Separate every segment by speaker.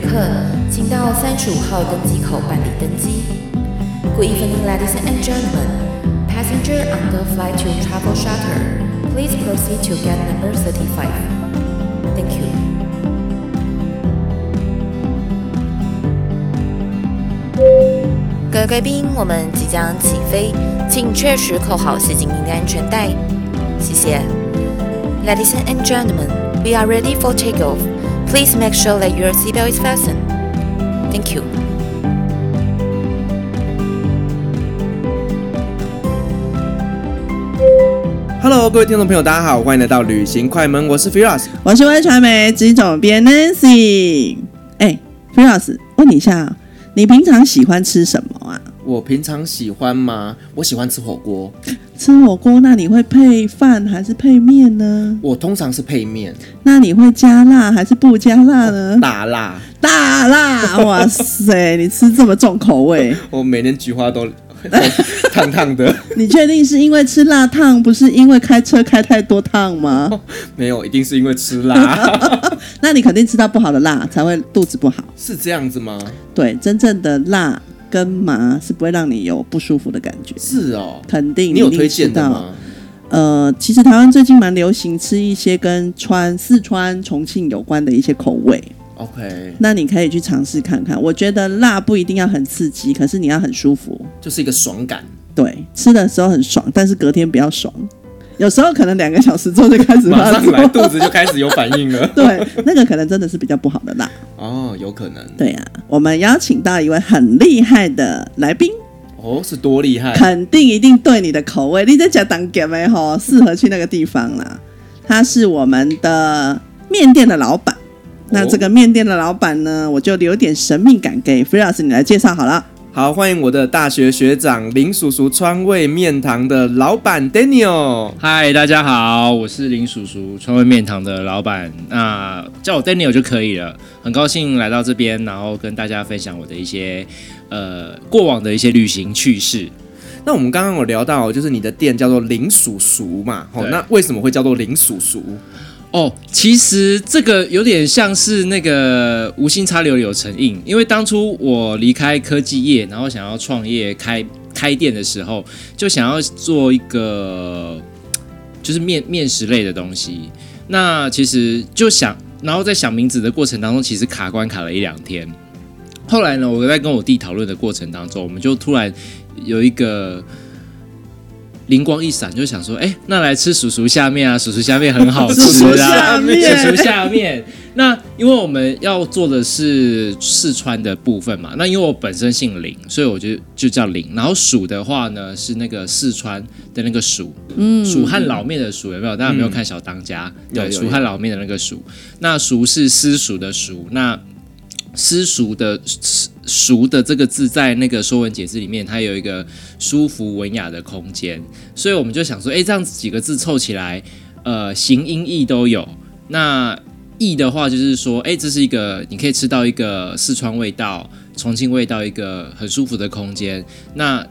Speaker 1: 客，请到三十五号登机口办理登机。Good evening, ladies and gentlemen. Passenger on the flight to Travel Charter, please proceed to gate number thirty-five. Thank you. 各位贵宾，我们即将起飞，请确实扣好系紧您的安全带，谢谢。Ladies and gentlemen, we are ready for takeoff. Please make sure that your seatbelt is fastened. Thank you.
Speaker 2: ？Hello，各位听众朋友，大家好，欢迎来到旅行快门，我是 Firas。
Speaker 3: 我是微传媒执行总编 Nancy。哎、f i r a s 问你一下，你平常喜欢吃什么啊？
Speaker 2: 我平常喜欢吗？我喜欢吃火锅，
Speaker 3: 吃火锅，那你会配饭还是配面呢？
Speaker 2: 我通常是配面、
Speaker 3: 那你会加辣还是不加辣呢？
Speaker 2: 大辣，
Speaker 3: 大辣！哇塞，你吃这么重口味，
Speaker 2: 我每年菊花都 烫烫的，
Speaker 3: 你确定是因为吃辣烫，不是因为开车开太多趟吗？
Speaker 2: 没有，一定是因为吃 辣，
Speaker 3: 那你肯定吃到不好的辣，才会肚子不好。
Speaker 2: 是这样子吗？
Speaker 3: 对，真正的辣跟麻是不会让你有不舒服的感觉。
Speaker 2: 是哦，
Speaker 3: 肯定
Speaker 2: 你有
Speaker 3: 一定
Speaker 2: 推
Speaker 3: 吃
Speaker 2: 荐的
Speaker 3: 到
Speaker 2: 吗？
Speaker 3: 呃，其实台湾最近蛮流行吃一些跟川、四川、重庆有关的一些口味，
Speaker 2: OK，
Speaker 3: 那你可以去尝试看看。我觉得辣不一定要很刺激，可是你要很舒服，
Speaker 2: 就是一个爽感。
Speaker 3: 对，吃的时候很爽，但是隔天不要爽。有时候可能两个小时之后就开 始
Speaker 2: 马
Speaker 3: 发
Speaker 2: 上来，
Speaker 3: 作，
Speaker 2: 肚子就开始有反应 了。
Speaker 3: 对，那个可能真的是比较不好的辣。
Speaker 2: 哦，有可能。
Speaker 3: 对呀、我们邀请到一位很厉害的来宾，
Speaker 2: 哦，是多厉害！
Speaker 3: 肯定一定对你的口味，你在讲当给没吼，适合去那个地方啦。他是我们的面店的老板，那这个面店的老板呢，我就留点神秘感给 f r e e l a 你来介绍好了。
Speaker 2: 好，欢迎我的大学学长林叔叔川味面堂的老板 Daniel。
Speaker 4: 嗨，大家好，我是林叔叔，川味面堂的老板，那叫我 Daniel 就可以了。很高兴来到这边，然后跟大家分享我的一些呃过往的一些旅行趣事。
Speaker 2: 那我们刚刚有聊到，就是你的店叫做林叔叔嘛，哦，
Speaker 4: 对
Speaker 2: 那为什么会叫做林叔叔？
Speaker 4: 哦，其实这个有点像是那个无心插柳柳成荫，因为当初我离开科技业，然后想要创业开开店的时候，就想要做一个就是面面食类的东西。那其实就想，然后在想名字的过程当中，其实卡关卡了一两天。后来呢，我在跟我弟讨论的过程当中，我们就突然有一个灵光一闪，就想说，哎、那来吃叔叔下面啊，叔叔下面很好吃啊，
Speaker 3: 叔叔下面
Speaker 4: 叔叔下面。那因为我们要做的是四川的部分嘛，那因为我本身姓林，所以我就就叫林。然后蜀的话呢，是那个四川的那个蜀，嗯，蜀汉老面的蜀有没有？大家有没有看小当家？
Speaker 2: 嗯有
Speaker 4: 对，
Speaker 2: 有
Speaker 4: 蜀汉老面的那个蜀。那蜀是私塾的蜀，那私塾的塾的这个字在那个《说文解字》里面，它有一个舒服文雅的空间，所以我们就想说，哎，这样子几个字凑起来，呃，形音义都有。那义的话就是说，哎，这是一个你可以吃到一个四川味道、重庆味道一个很舒服的空间。那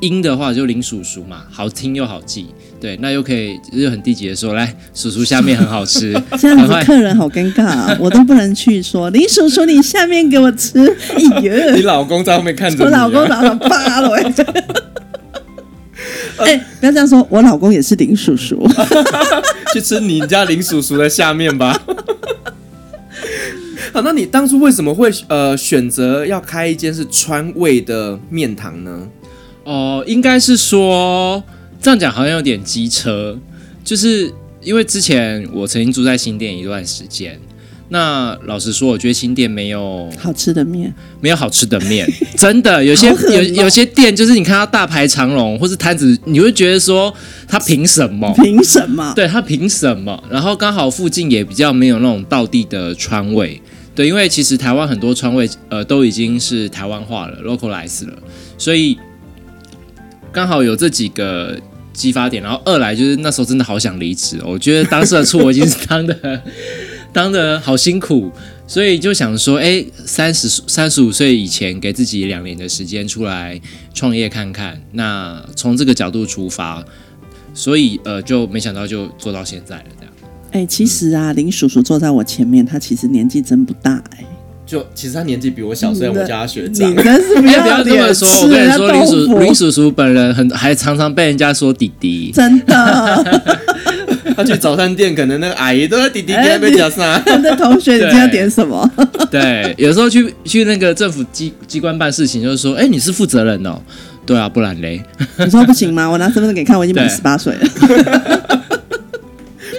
Speaker 4: 音的话就林叔叔嘛，好听又好记，对，那又可以就是很低级的说，来叔叔下面很好吃，
Speaker 3: 这样
Speaker 4: 赶
Speaker 3: 子
Speaker 4: 快
Speaker 3: 客人好尴尬、啊，我都不能去说林叔叔，你下面给我吃，哎
Speaker 2: 你
Speaker 3: 呦，
Speaker 2: 老公在后面看着
Speaker 3: 我
Speaker 2: 你、啊，
Speaker 3: 老公老了扒了我。哎、不要这样说，我老公也是林叔叔。
Speaker 2: 去吃你家林叔叔的下面吧。 好，那你当初为什么会呃选择要开一间是川味的面堂呢？
Speaker 4: 哦，应该是说这样讲好像有点机车，就是因为之前我曾经住在新店一段时间。那老实说，我觉得新店没有
Speaker 3: 好吃的面，
Speaker 4: 没有好吃的 面，真的有些
Speaker 3: 好狠哦
Speaker 4: 有有些店就是你看到大排长龙或是摊子，你会觉得说他凭什么？
Speaker 3: 凭什么？
Speaker 4: 对他凭什么？然后刚好附近也比较没有那种道地的川味，对，因为其实台湾很多川味呃都已经是台湾化了，localize 了，所以刚好有这几个激发点。然后二来就是那时候真的好想离职哦，我觉得当社畜我已经是当的当的好辛苦，所以就想说，哎，三十三十五岁以前给自己两年的时间出来创业看看。那从这个角度出发，所以呃，就没想到就做到现在了，这样。
Speaker 3: 哎、其实啊，林叔叔坐在我前面，他其实年纪真不大哎、
Speaker 2: 就其实他年纪比我小，虽然我叫他学长
Speaker 3: 你。真是不
Speaker 4: 不要哎不要这
Speaker 3: 脸吃
Speaker 4: 么说，我跟你
Speaker 3: 人家
Speaker 4: 说，林
Speaker 3: 豆
Speaker 4: 叔
Speaker 3: 腐，
Speaker 4: 林叔叔本人很还常常被人家说弟 弟。
Speaker 3: 真的，
Speaker 2: 他去早餐店，可能那个阿姨都在弟弟给他被讲 啥。
Speaker 3: 他的同学，你今天要点什么？
Speaker 4: 对，有时候去去那个政府机机关办事情，就是说，哎、你是负责人哦。对啊，不然嘞，
Speaker 3: 你说不行吗？我拿身份证给你看，我已经满
Speaker 4: 对
Speaker 3: 十八岁了，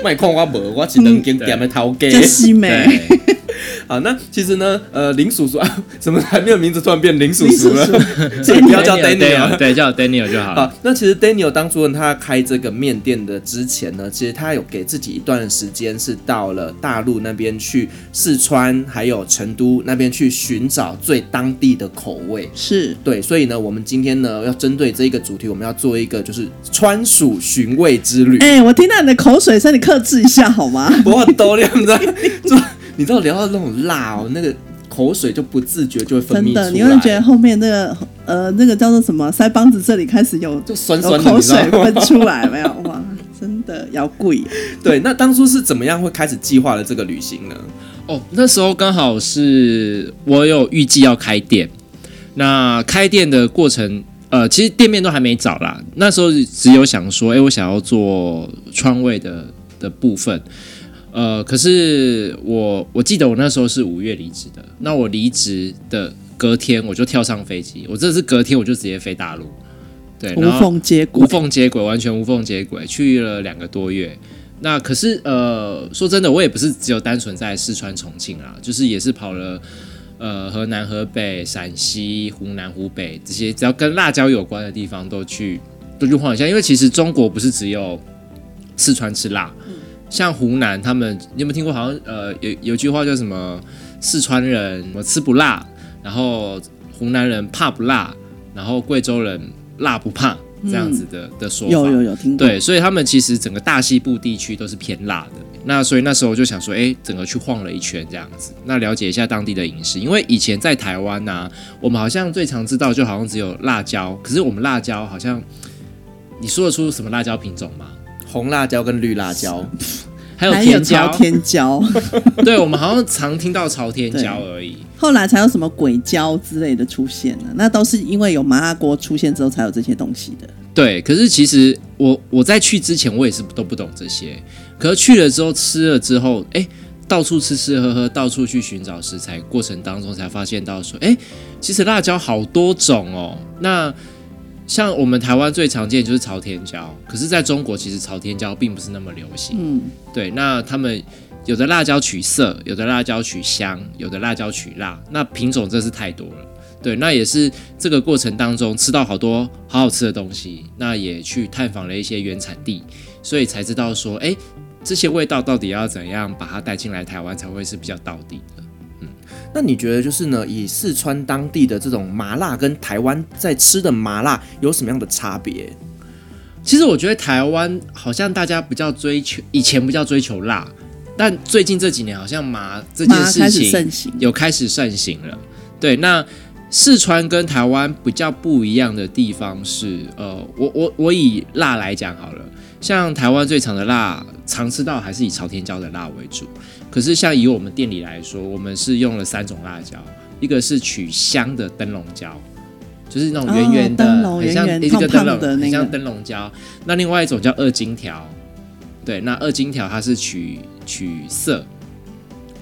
Speaker 2: 卖看我无，我是两间店的头 家。
Speaker 3: 这西美。
Speaker 4: 对，
Speaker 2: 好，那其实呢，呃，林叔叔 啊，怎么还没有名字突然变林叔
Speaker 3: 林
Speaker 2: 叔
Speaker 3: 叔
Speaker 2: 了
Speaker 3: 叔？，
Speaker 2: 所以不要叫 Daniel 啊
Speaker 4: Daniel，。对，叫我 Daniel 就好了。
Speaker 2: 好，那其实 Daniel 当初他开这个面店的之前呢，其实他有给自己一段时间是到了大陆那边去四川还有成都那边去寻找最当地的口味。
Speaker 3: 是
Speaker 2: 对，所以呢，我们今天呢要针对这一个主题，我们要做一个就是川蜀寻味之旅。
Speaker 3: 哎、我听到你的口水声，你克制一下好 吗？
Speaker 2: 不过都亮在，就你知道聊到那种辣哦，那个口水就不自觉就会分
Speaker 3: 真
Speaker 2: 泌出
Speaker 3: 的，
Speaker 2: 来，
Speaker 3: 你会觉得后面那个呃，那个叫做什么腮帮子这里开始有
Speaker 2: 就酸
Speaker 3: 有
Speaker 2: 酸的，
Speaker 3: 口
Speaker 2: 你知
Speaker 3: 水
Speaker 2: 道吗
Speaker 3: 喷？出来，没有？哇，真的要贵，
Speaker 2: 对，那当初是怎么样会开始计划了这个旅行呢？
Speaker 4: 哦，那时候刚好是我有预计要开店，那开店的过程，呃，其实店面都还没找啦。那时候只有想说，哎、我想要做川味的的部分，呃，可是我我记得我那时候是五月离职的，那我离职的隔天我就跳上飞机，我这是隔天我就直接飞大陆，对，
Speaker 3: 无
Speaker 4: 然后
Speaker 3: 缝接
Speaker 4: 无
Speaker 3: 轨。
Speaker 4: 缝接轨，完全无缝接轨，去了两个多月。那可是呃，说真的，我也不是只有单纯在四川、重庆啦，就是也是跑了呃河南、河北、陕西、湖南、湖北这些，只要跟辣椒有关的地方都去都去晃一下。因为其实中国不是只有四川吃辣，像湖南他们，你有没有听过？好像呃有有句话叫什么四川人我吃不辣，然后湖南人怕不辣，然后贵州人辣不怕这样子的、的说法。
Speaker 3: 有有有听过，
Speaker 4: 对，所以他们其实整个大西部地区都是偏辣的。那所以那时候就想说，哎，整个去晃了一圈这样子，那了解一下当地的饮食。因为以前在台湾呐、我们好像最常知道就好像只有辣椒，可是我们辣椒好像你说得出什么辣椒品种吗？
Speaker 2: 红辣椒跟绿辣椒，
Speaker 4: 还有
Speaker 3: 还
Speaker 4: 甜
Speaker 3: 朝
Speaker 4: 椒，
Speaker 3: 天椒，
Speaker 4: 对我们好像常听到朝天
Speaker 3: 对
Speaker 4: 椒而已。
Speaker 3: 后来才有什么鬼椒之类的出现了、那都是因为有麻辣锅出现之后才有这些东西的。
Speaker 4: 对，可是其实我我在去之前我也是都不懂这些，可是去了之后吃了之后，哎，到处吃吃喝喝，到处去寻找食材，过程当中才发现到说，哎，其实辣椒好多种哦。那像我们台湾最常见就是朝天椒，可是在中国其实朝天椒并不是那么流行。
Speaker 3: 嗯，
Speaker 4: 对，那他们有的辣椒取色，有的辣椒取香，有的辣椒取辣，那品种真是太多了。对，那也是这个过程当中吃到好多好好吃的东西，那也去探访了一些原产地，所以才知道说，哎，这些味道到底要怎样把它带进来台湾才会是比较到底的。
Speaker 2: 那你觉得就是呢，以四川当地的这种麻辣跟台湾在吃的麻辣有什么样的差别？
Speaker 4: 其实我觉得台湾好像大家比较追求，以前比较追求辣，但最近这几年好像麻这件
Speaker 3: 麻辣
Speaker 4: 事
Speaker 3: 开始
Speaker 4: 情
Speaker 3: 盛行，
Speaker 4: 有开始盛行了。对，那四川跟台湾比较不一样的地方是，呃，我我我以辣来讲好了，像台湾最常的辣，常吃到还是以朝天椒的辣为主。可是像以我们店里来说，我们是用了三种辣椒，一个是取香的灯笼椒。就是那种圆圆的，
Speaker 3: 哦灯笼
Speaker 4: 很像
Speaker 3: 圆圆
Speaker 4: 一个灯
Speaker 3: 胖
Speaker 4: 笼，
Speaker 3: 胖的那
Speaker 4: 很像
Speaker 3: 个
Speaker 4: 灯笼椒。那另外一种叫二荆条，对，那二荆条它是取取色，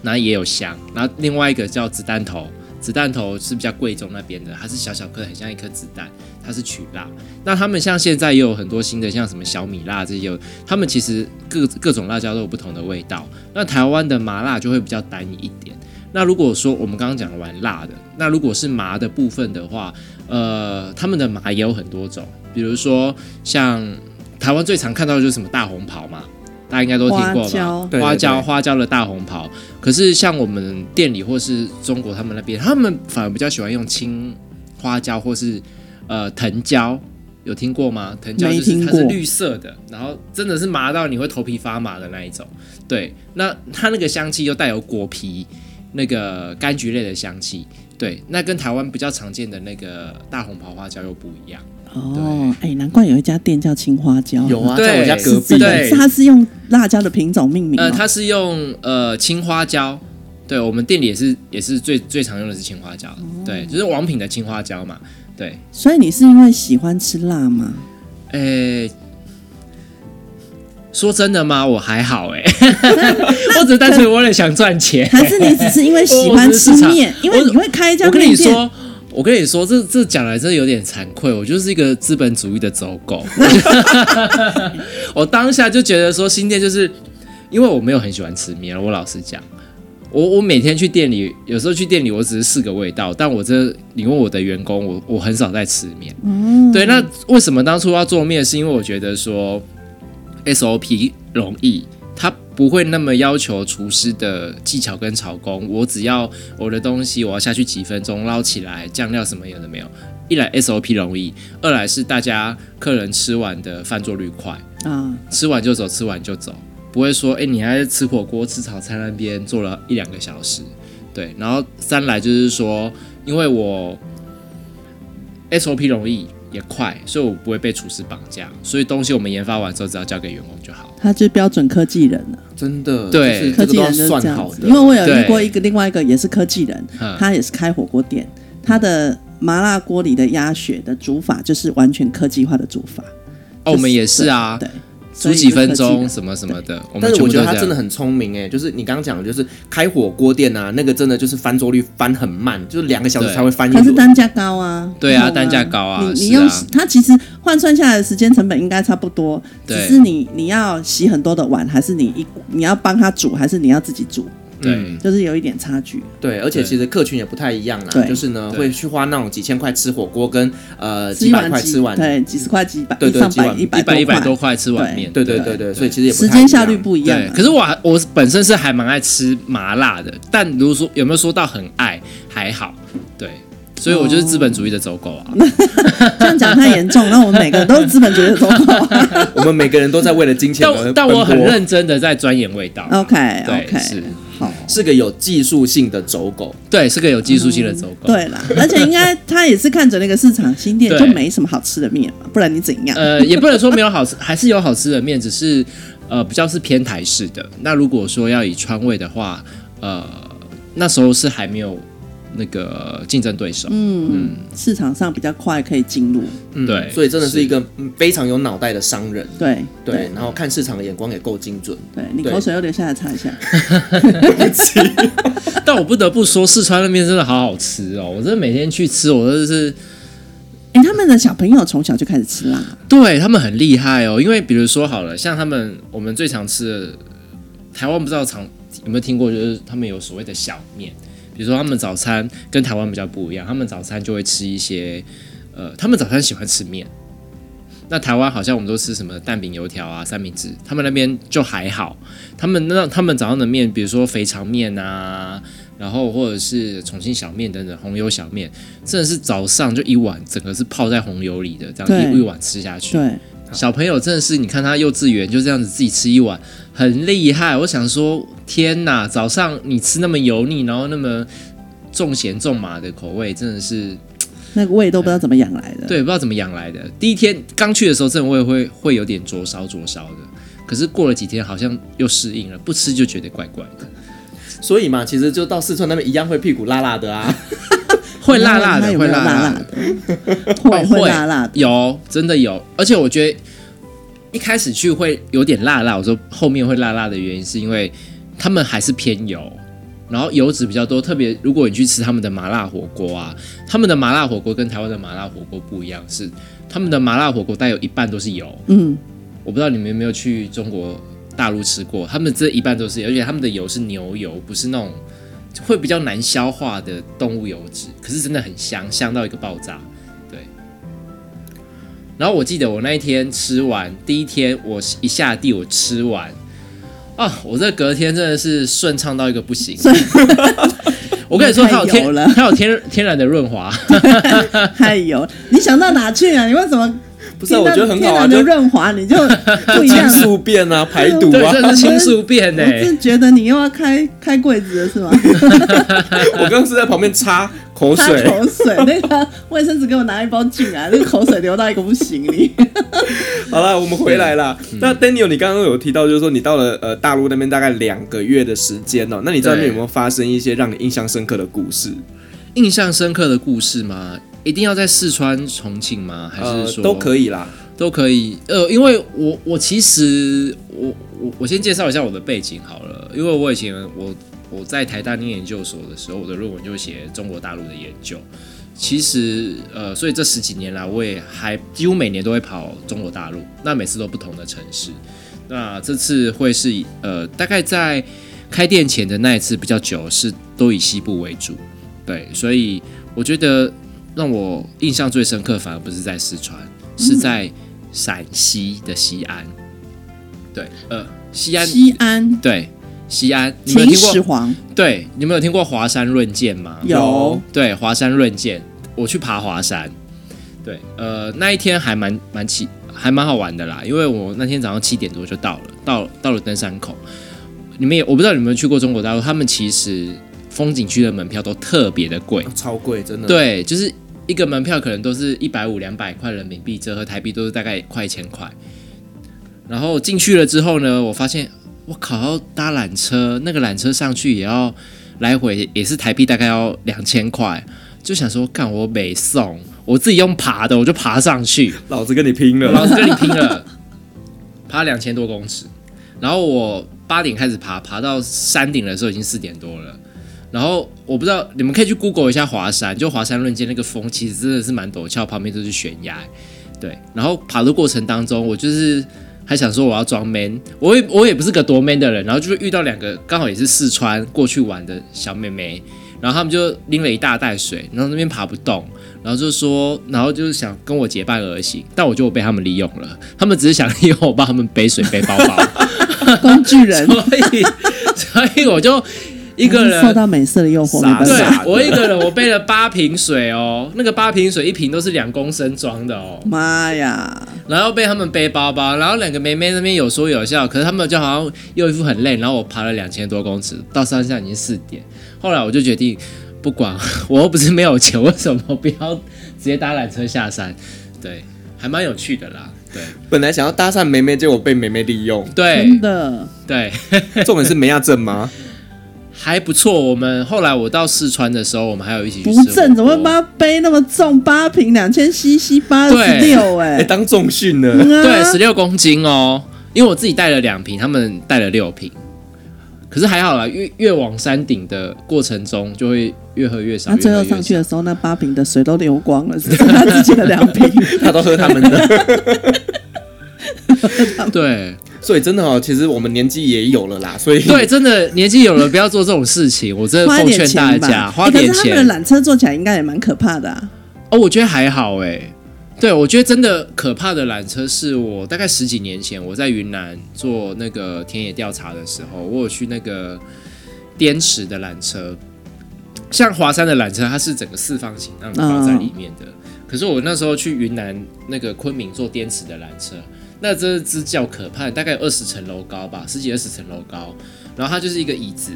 Speaker 4: 那也有香。然后另外一个叫子弹头，子弹头是比较贵州那边的，它是小小颗，很像一颗子弹，它是取辣。那他们像现在也有很多新的，像什么小米辣这些有，他们其实各各种辣椒都有不同的味道。那台湾的麻辣就会比较单一一点。那如果说我们刚刚讲完辣的，那如果是麻的部分的话，呃，他们的麻也有很多种，比如说像台湾最常看到的就是什么大红袍嘛，大家应该都听
Speaker 3: 花
Speaker 4: 过吧？
Speaker 3: 椒
Speaker 2: 对
Speaker 4: 花椒
Speaker 2: 对
Speaker 4: 花椒的大红袍。可是像我们店里或是中国他们那边，他们反而比较喜欢用青花椒或是呃藤椒，有听过吗？藤椒就
Speaker 3: 没
Speaker 4: 是
Speaker 3: 听
Speaker 4: 它是
Speaker 3: 过
Speaker 4: 绿色的，然后真的是麻到你会头皮发麻的那一种。对，那它那个香气又带有果皮那个柑橘类的香气。对，那跟台湾比较常见的那个大红袍花椒又不一样。
Speaker 3: 哦，哎、难怪有一家店叫青花椒，
Speaker 2: 有啊，
Speaker 4: 对
Speaker 2: 在我家隔
Speaker 3: 是
Speaker 2: 壁
Speaker 3: 真。的，
Speaker 4: 对
Speaker 3: 嗯
Speaker 4: 呃
Speaker 3: 是它是用辣椒的品种命名、哦，
Speaker 4: 呃，它是用呃青花椒对我们店里也是也是最最常用的是青花椒，
Speaker 3: 哦
Speaker 4: 对，就是王品的青花椒嘛，对，
Speaker 3: 所以你是因为喜欢吃辣吗？
Speaker 4: 诶、说真的吗？我还好诶， 我只是单纯为了想赚钱。
Speaker 3: 还是你只是因为喜欢吃面
Speaker 4: ？我
Speaker 3: 因为你会开一家
Speaker 4: 我跟
Speaker 3: 面
Speaker 4: 你
Speaker 3: 店，
Speaker 4: 说，我跟你说，这这讲来真的有点惭愧，我就是一个资本主义的走狗。 我当下就觉得说，新店就是因为我没有很喜欢吃面，我老实讲。我我每天去店里，有时候去店里，我只是试个味道，但我这你问我的员工，我我很少在吃面。对，那为什么当初要做面？是因为我觉得说 SOP 容易，它不会那么要求厨师的技巧跟炒工。我只要我的东西，我要下去几分钟捞起来，酱料什么有的没有。一来 SOP 容易，二来是大家客人吃完的饭桌率快，
Speaker 3: 啊，
Speaker 4: 吃完就走，吃完就走，不会说哎、诶你还在吃火锅、吃早餐那边坐了一两个小时，对。然后三来就是说，因为我 SOP 容易也快，所以我不会被厨师绑架，所以东西我们研发完之后只要交给员工就好。
Speaker 3: 他就是标准科技人了、
Speaker 2: 真的，
Speaker 4: 对
Speaker 2: 就是这个
Speaker 3: 科技
Speaker 2: 都
Speaker 3: 人
Speaker 2: 要
Speaker 3: 就是这
Speaker 2: 算
Speaker 3: 样
Speaker 2: 好
Speaker 3: 子。
Speaker 2: 的。
Speaker 3: 因为我有遇
Speaker 4: 对
Speaker 3: 过一个另外一个也是科技人，
Speaker 4: 嗯
Speaker 3: 他也是开火锅店，他的麻辣锅里的鸭血的煮法就是完全科技化的煮法。
Speaker 4: 哦，我们也是啊，
Speaker 3: 对，所
Speaker 4: 煮
Speaker 3: 以
Speaker 4: 几分
Speaker 3: 就是科技
Speaker 4: 钟
Speaker 3: 人
Speaker 4: 什么什么的，我们
Speaker 2: 但是
Speaker 4: 全
Speaker 2: 我
Speaker 4: 部
Speaker 2: 觉得
Speaker 4: 都这
Speaker 2: 他真的
Speaker 4: 样。
Speaker 2: 很聪明哎、就是你刚刚讲的，就是开火锅店啊，那个真的就是翻桌率翻很慢，就是两个小时
Speaker 4: 对
Speaker 2: 才会翻一
Speaker 3: 可是
Speaker 2: 轮。
Speaker 3: 单价高啊，
Speaker 4: 对啊
Speaker 3: 然后
Speaker 4: 单价高啊
Speaker 3: 你你
Speaker 4: 是啊
Speaker 3: 用它其实换算下来的时间成本应该差不多，只
Speaker 4: 对
Speaker 3: 是你你要洗很多的碗，还是你一你要帮他煮，还是你要自己煮，
Speaker 4: 对，
Speaker 3: 就是有一点差距。
Speaker 2: 对，而且
Speaker 4: 对
Speaker 2: 其实客群也不太一样啦，
Speaker 3: 对
Speaker 2: 就是呢
Speaker 4: 对
Speaker 2: 会去花那种几千块吃火锅跟呃
Speaker 3: 吃
Speaker 2: 几
Speaker 3: 一
Speaker 2: 百
Speaker 3: 碗
Speaker 2: 块吃完，
Speaker 3: 对，几十块、几百、
Speaker 2: 对对
Speaker 3: 上
Speaker 2: 几
Speaker 3: 百、
Speaker 2: 碗
Speaker 3: 一百
Speaker 4: 一百一百多
Speaker 3: 多块，
Speaker 4: 块吃碗面，
Speaker 2: 对对对对，所以其实也不太
Speaker 3: 时
Speaker 2: 一
Speaker 3: 间
Speaker 2: 样
Speaker 3: 效率不一样
Speaker 4: 对
Speaker 3: 啊。，
Speaker 4: 可是我还我本身是还蛮爱吃麻辣的，但如果说有没有说到很爱，还好，对，所以我就是资本主义的走狗啊。
Speaker 3: 哦这样讲太严重，那我们每个人都是资本主义的走狗。
Speaker 2: 我们每个人都在为了金 钱而
Speaker 4: 但但我很
Speaker 2: 奔波
Speaker 4: 认真的在钻研味道，
Speaker 3: OK
Speaker 4: 对
Speaker 3: 哦 OK，
Speaker 4: 是
Speaker 3: 好。
Speaker 2: 是个有技术性的走狗，
Speaker 4: 对，是个有技术性的走
Speaker 3: 嗯
Speaker 4: 狗。，
Speaker 3: 对啦，而且应该他也是看准那个市场，新店
Speaker 4: 对
Speaker 3: 就没什么好吃的面嘛，不然你怎样？
Speaker 4: 呃，也不能说没有好吃，还是有好吃的面，只是呃比较是偏台式的。那如果说要以川味的话，呃，那时候是还没有那个竞争对手，
Speaker 3: 嗯，市场上比较快可以进入，
Speaker 2: 嗯，
Speaker 4: 对
Speaker 2: 所以真的是一个嗯非常有脑袋的商人，
Speaker 3: 对
Speaker 2: 对，然后看市场的眼光也够精准，
Speaker 3: 对，你
Speaker 2: 对
Speaker 3: 口水又流下来，擦一下。
Speaker 4: 但我不得不说，四川的面真的好好吃哦！我真的每天去吃，我真的是
Speaker 3: 哎，他们的小朋友从小就开始吃辣，
Speaker 4: 对他们很厉害哦。因为比如说好了，像他们我们最常吃的，台湾不知道常有没有听过，就是他们有所谓的小面。比如说他们早餐跟台湾比较不一样，他们早餐就会吃一些，呃，他们早餐喜欢吃面。那台湾好像我们都吃什么蛋饼、油条啊、三明治，他们那边就还好。他们那他们早上的面，比如说肥肠面啊，然后或者是重庆小面等等红油小面，真的是早上就一碗，整个是泡在红油里的，这样
Speaker 3: 对
Speaker 4: 一一碗吃下去。
Speaker 3: 对，
Speaker 4: 小朋友真的是，你看他幼稚园就这样子自己吃一碗，很厉害。我想说，天哪，早上你吃那么油腻，然后那么重咸重麻的口味，真的是
Speaker 3: 那个胃都不知道怎么养来的。
Speaker 4: 对，不知道怎么养来的。第一天刚去的时候，真的会会会有点灼烧灼烧的，可是过了几天好像又适应了，不吃就觉得怪怪的，
Speaker 2: 所以嘛，其实就到四川那边一样会屁股辣辣的啊，
Speaker 4: 会辣辣的，
Speaker 3: 有
Speaker 4: 会
Speaker 3: 没有
Speaker 4: 辣
Speaker 3: 辣
Speaker 4: 辣
Speaker 3: 的
Speaker 4: 的，，
Speaker 3: 会
Speaker 4: 哦
Speaker 3: 会辣辣的。
Speaker 4: 有真的有，而且我觉得一开始去会有点辣辣，我说后面会辣辣的原因是因为他们还是偏油，然后油脂比较多，特别如果你去吃他们的麻辣火锅啊，他们的麻辣火锅跟台湾的麻辣火锅不一样，是他们的麻辣火锅带有一半都是油，
Speaker 3: 嗯，
Speaker 4: 我不知道你们有没有去中国大陆吃过，他们这一半都是，而且他们的油是牛油，不是那种会比较难消化的动物油脂，可是真的很香，香到一个爆炸，对。然后我记得我那一天吃完，第一天我一下地我吃完，啊，我这隔天真的是顺畅到一个不行。 我跟你说，它有
Speaker 3: 太油
Speaker 4: 天
Speaker 3: 了
Speaker 4: 它有天天然的润滑，
Speaker 3: 哎太油，你想到哪去啊？你为什么
Speaker 2: 不是啊，
Speaker 3: 听
Speaker 2: 我
Speaker 3: 到
Speaker 2: 觉得很好啊，
Speaker 3: 听
Speaker 2: 就
Speaker 3: 到刘润华你就不一
Speaker 2: 清
Speaker 3: 样了。
Speaker 2: 宿便啊，排毒
Speaker 4: 对，
Speaker 2: 啊。
Speaker 4: 这是清素变欸呢、
Speaker 3: 我是觉得你又要开开柜子了是吗？
Speaker 2: 我刚刚是在旁边擦口
Speaker 3: 擦
Speaker 2: 水。
Speaker 3: 口水，那个卫生纸给我拿一包进来，那个口水流到一个不行你。
Speaker 2: 好了，我们回来啦。
Speaker 4: 嗯
Speaker 2: 那 Daniel，你刚刚有提到，就是说你到了呃大陆那边大概两个月的时间哦、那你在那边有没有发生一些让你印象深刻的故事？
Speaker 4: 印象深刻的故事吗？一定要在四川、重庆吗？还
Speaker 2: 呃
Speaker 4: 是，说、
Speaker 2: 都可
Speaker 4: 以，
Speaker 2: 以啦。
Speaker 4: 都可以。呃，因为我我其实我我我先介绍一下我的背景好了，因为我以前我我在台大念研究所的时候，我的论文就写中国大陆的研究。其实呃，所以这十几年来，我也还几乎每年都会跑中国大陆，那每次都不同的城市。那这次会是以呃，大概在开店前的那一次比较久，是都以西部为主。对，所以我觉得让我印象最深刻，反而不是在四川，
Speaker 3: 嗯
Speaker 4: 是在陕西的西安。对，呃，西安，
Speaker 3: 西安
Speaker 4: 对，西安，你们
Speaker 3: 秦
Speaker 4: 有听
Speaker 3: 始
Speaker 4: 过？
Speaker 3: 皇
Speaker 4: 对，你们有听过华山论剑吗？
Speaker 3: 有
Speaker 4: 对，华山论剑，我去爬华山。对，呃，那一天还蛮蛮奇，还蛮好玩的啦，因为我那天早上七点多就到了，到到了登山口。你们也我不知道你们有没有去过中国大陆，他们其实风景区的门票都特别的哦贵，
Speaker 2: 超贵，真的。，
Speaker 4: 对，就是一个门票可能都是一百五、两百块人民币，折合台币都是大概快一千块。然后进去了之后呢，我发现我靠，要搭缆车，那个缆车上去也要来回也是台币大概要两千块，就想说干我北送，我自己用爬的，我就爬上去，
Speaker 2: 老子跟你拼 了。
Speaker 4: 老子跟你拼了，爬两千多公尺。然后我八点开始爬，爬到山顶的时候已经四点多了。然后我不知道你们可以去 Google 一下华山，就华山论剑那个峰，其实真的是蛮陡峭，旁边都是悬崖。对，然后爬的过程当中，我就是还想说我要装 man，我也我也不是个多 man 的人，然后就遇到两个刚好也是四川过去玩的小妹妹，然后他们就拎了一大袋水，然后那边爬不动，然后就说，然后就是想跟我结伴而行，但我觉得我被他们利用了，他们只是想利用我帮他们背水背包包，
Speaker 3: 工具 人嗯
Speaker 4: 所以所以我就 一个 人
Speaker 3: 受到美色的诱惑，没办
Speaker 4: 对
Speaker 3: 法。
Speaker 2: 傻的
Speaker 4: 我一个人，我背了八瓶水哦，那个八瓶水一瓶都是两公升装的哦，
Speaker 3: 妈呀，
Speaker 4: 然后被他们背包包，然后两个妹妹那边有说有笑，可是他们就好像又一副很累，然后我爬了两千多公尺到山下已经四点，后来我就决定不管， 我又不是没有钱，为什么不要直接搭缆车下山？对，还蛮有趣的啦，对。
Speaker 2: 本来想要搭讪梅梅，结果被梅梅利用
Speaker 4: 对
Speaker 3: 真的
Speaker 4: 对，
Speaker 2: 重点是梅亚正吗？
Speaker 4: 还不错。我们后来我到四川的时候，我们还有一起去
Speaker 3: 不
Speaker 4: 吃火
Speaker 3: 正，怎么会
Speaker 4: 锅
Speaker 3: 帮他背那么重？八瓶两千 CC，八十六
Speaker 2: 哎、
Speaker 3: 哎，
Speaker 2: 当众训了。
Speaker 3: 嗯啊
Speaker 4: 对，十六公斤哦，因为我自己带了两瓶，他们带了六瓶。可是还好啦，越越往山顶的过程中，就会越喝越少。
Speaker 3: 那啊最后上去的时候，那八瓶的水都流光了，只 剩他自己的两瓶。
Speaker 2: 他都喝他们的，
Speaker 4: 候，对
Speaker 2: 所以真的哦，其实我们年纪也有了啦，所以
Speaker 4: 对，真的年纪有了，不要做这种事情。我真的
Speaker 3: 花一
Speaker 4: 奉
Speaker 3: 点
Speaker 4: 劝大
Speaker 3: 钱
Speaker 4: 家，
Speaker 3: 吧，
Speaker 4: 花
Speaker 3: 哎
Speaker 4: 点
Speaker 3: 可是他
Speaker 4: 钱
Speaker 3: 们的缆车坐起来应该也蛮可怕的啊。
Speaker 4: 哦。我觉得还好哎、对我觉得真的可怕的缆车是我大概十几年前我在云南做那个田野调查的时候，我有去那个滇池的缆车，像华山的缆车，它是整个四方形让你放在里面的。可是我那时候去云南那个昆明坐滇池的缆车，那这只叫可怕，大概有二十层楼高吧，十几二十层楼高。然后它就是一个椅子，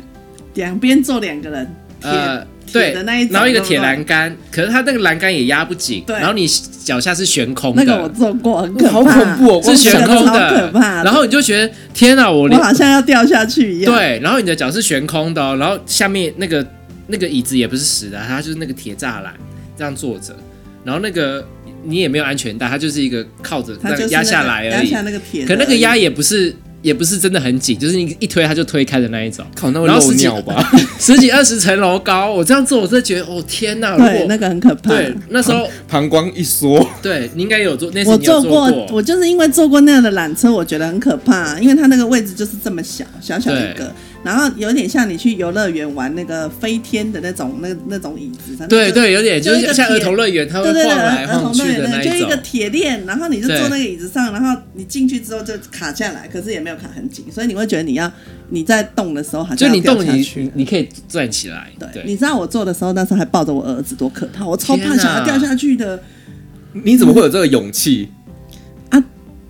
Speaker 3: 两边坐两个人，铁
Speaker 4: 呃，
Speaker 3: 铁
Speaker 4: 对
Speaker 3: 的那一，种，
Speaker 4: 然后一个铁
Speaker 3: 对不
Speaker 4: 栏
Speaker 3: 对，
Speaker 4: 杆，可是它那个栏杆也压不紧，
Speaker 3: 对
Speaker 4: 然后你脚下是悬空
Speaker 3: 那个我
Speaker 4: 的，
Speaker 3: 坐过，很可怕，
Speaker 2: 好恐怖哦
Speaker 4: 是悬空
Speaker 3: 那个超
Speaker 4: 的
Speaker 3: 可，怕的
Speaker 4: 然后你就觉得天哪，我
Speaker 3: 我
Speaker 4: 连
Speaker 3: 好像要掉下去一样。，
Speaker 4: 对，然后你的脚是悬空的、哦，然后下面那个那个椅子也不是实的，它就是那个铁栅栏这样坐着，然后那个你也没有安全带，它就是一个靠着这
Speaker 3: 它就
Speaker 4: 样
Speaker 3: 是
Speaker 4: 压
Speaker 3: 那个
Speaker 4: 下来而
Speaker 3: 压
Speaker 4: 已。
Speaker 3: 下那个铁的而已。
Speaker 4: 可那个压也不是也不是真的很紧，就是你一推它就推开的那一种，
Speaker 2: 靠，那会
Speaker 4: 然后
Speaker 2: 漏
Speaker 4: 十几
Speaker 2: 尿吧？
Speaker 4: 十几二十层楼高，我这样做我真的觉得哦天哪！如
Speaker 3: 对
Speaker 4: 果
Speaker 3: 那个很可怕。
Speaker 4: 对那时候
Speaker 2: 膀胱一缩，
Speaker 4: 对你应该有做，那
Speaker 3: 嗯
Speaker 4: 次
Speaker 3: 我
Speaker 4: 你有
Speaker 3: 坐
Speaker 4: 做
Speaker 3: 过，我就是因为坐过那样的缆车，我觉得很可怕，因为它那个位置就是这么小，小小一个，然后有点像你去游乐园玩那个飞天的那种那那种椅子，它那个
Speaker 4: 对对，有点
Speaker 3: 就
Speaker 4: 就
Speaker 3: 是一
Speaker 4: 是
Speaker 3: 个
Speaker 4: 像儿
Speaker 3: 铁
Speaker 4: 童乐园，它会
Speaker 3: 对对对，
Speaker 4: 晃来
Speaker 3: 儿
Speaker 4: 晃
Speaker 3: 童乐
Speaker 4: 去
Speaker 3: 园
Speaker 4: 的
Speaker 3: 那
Speaker 4: 那
Speaker 3: 就
Speaker 4: 一
Speaker 3: 一个
Speaker 4: 种。
Speaker 3: 铁链，然后你就
Speaker 4: 对
Speaker 3: 坐那个椅子上，然后你进去之后就卡下来，可是也没有卡很紧，所以你会觉得你要你在动的时候好
Speaker 4: 就
Speaker 3: 像
Speaker 4: 你
Speaker 3: 要掉
Speaker 4: 动
Speaker 3: 下
Speaker 4: 你
Speaker 3: 去
Speaker 4: 你
Speaker 3: 了。
Speaker 4: 你可以站起来，
Speaker 3: 对，你知道我坐的时候，那时候还抱着我儿子，多可怕！我超怕
Speaker 4: 天哪
Speaker 3: 想要掉下去的。
Speaker 2: 你怎么会有这个勇气？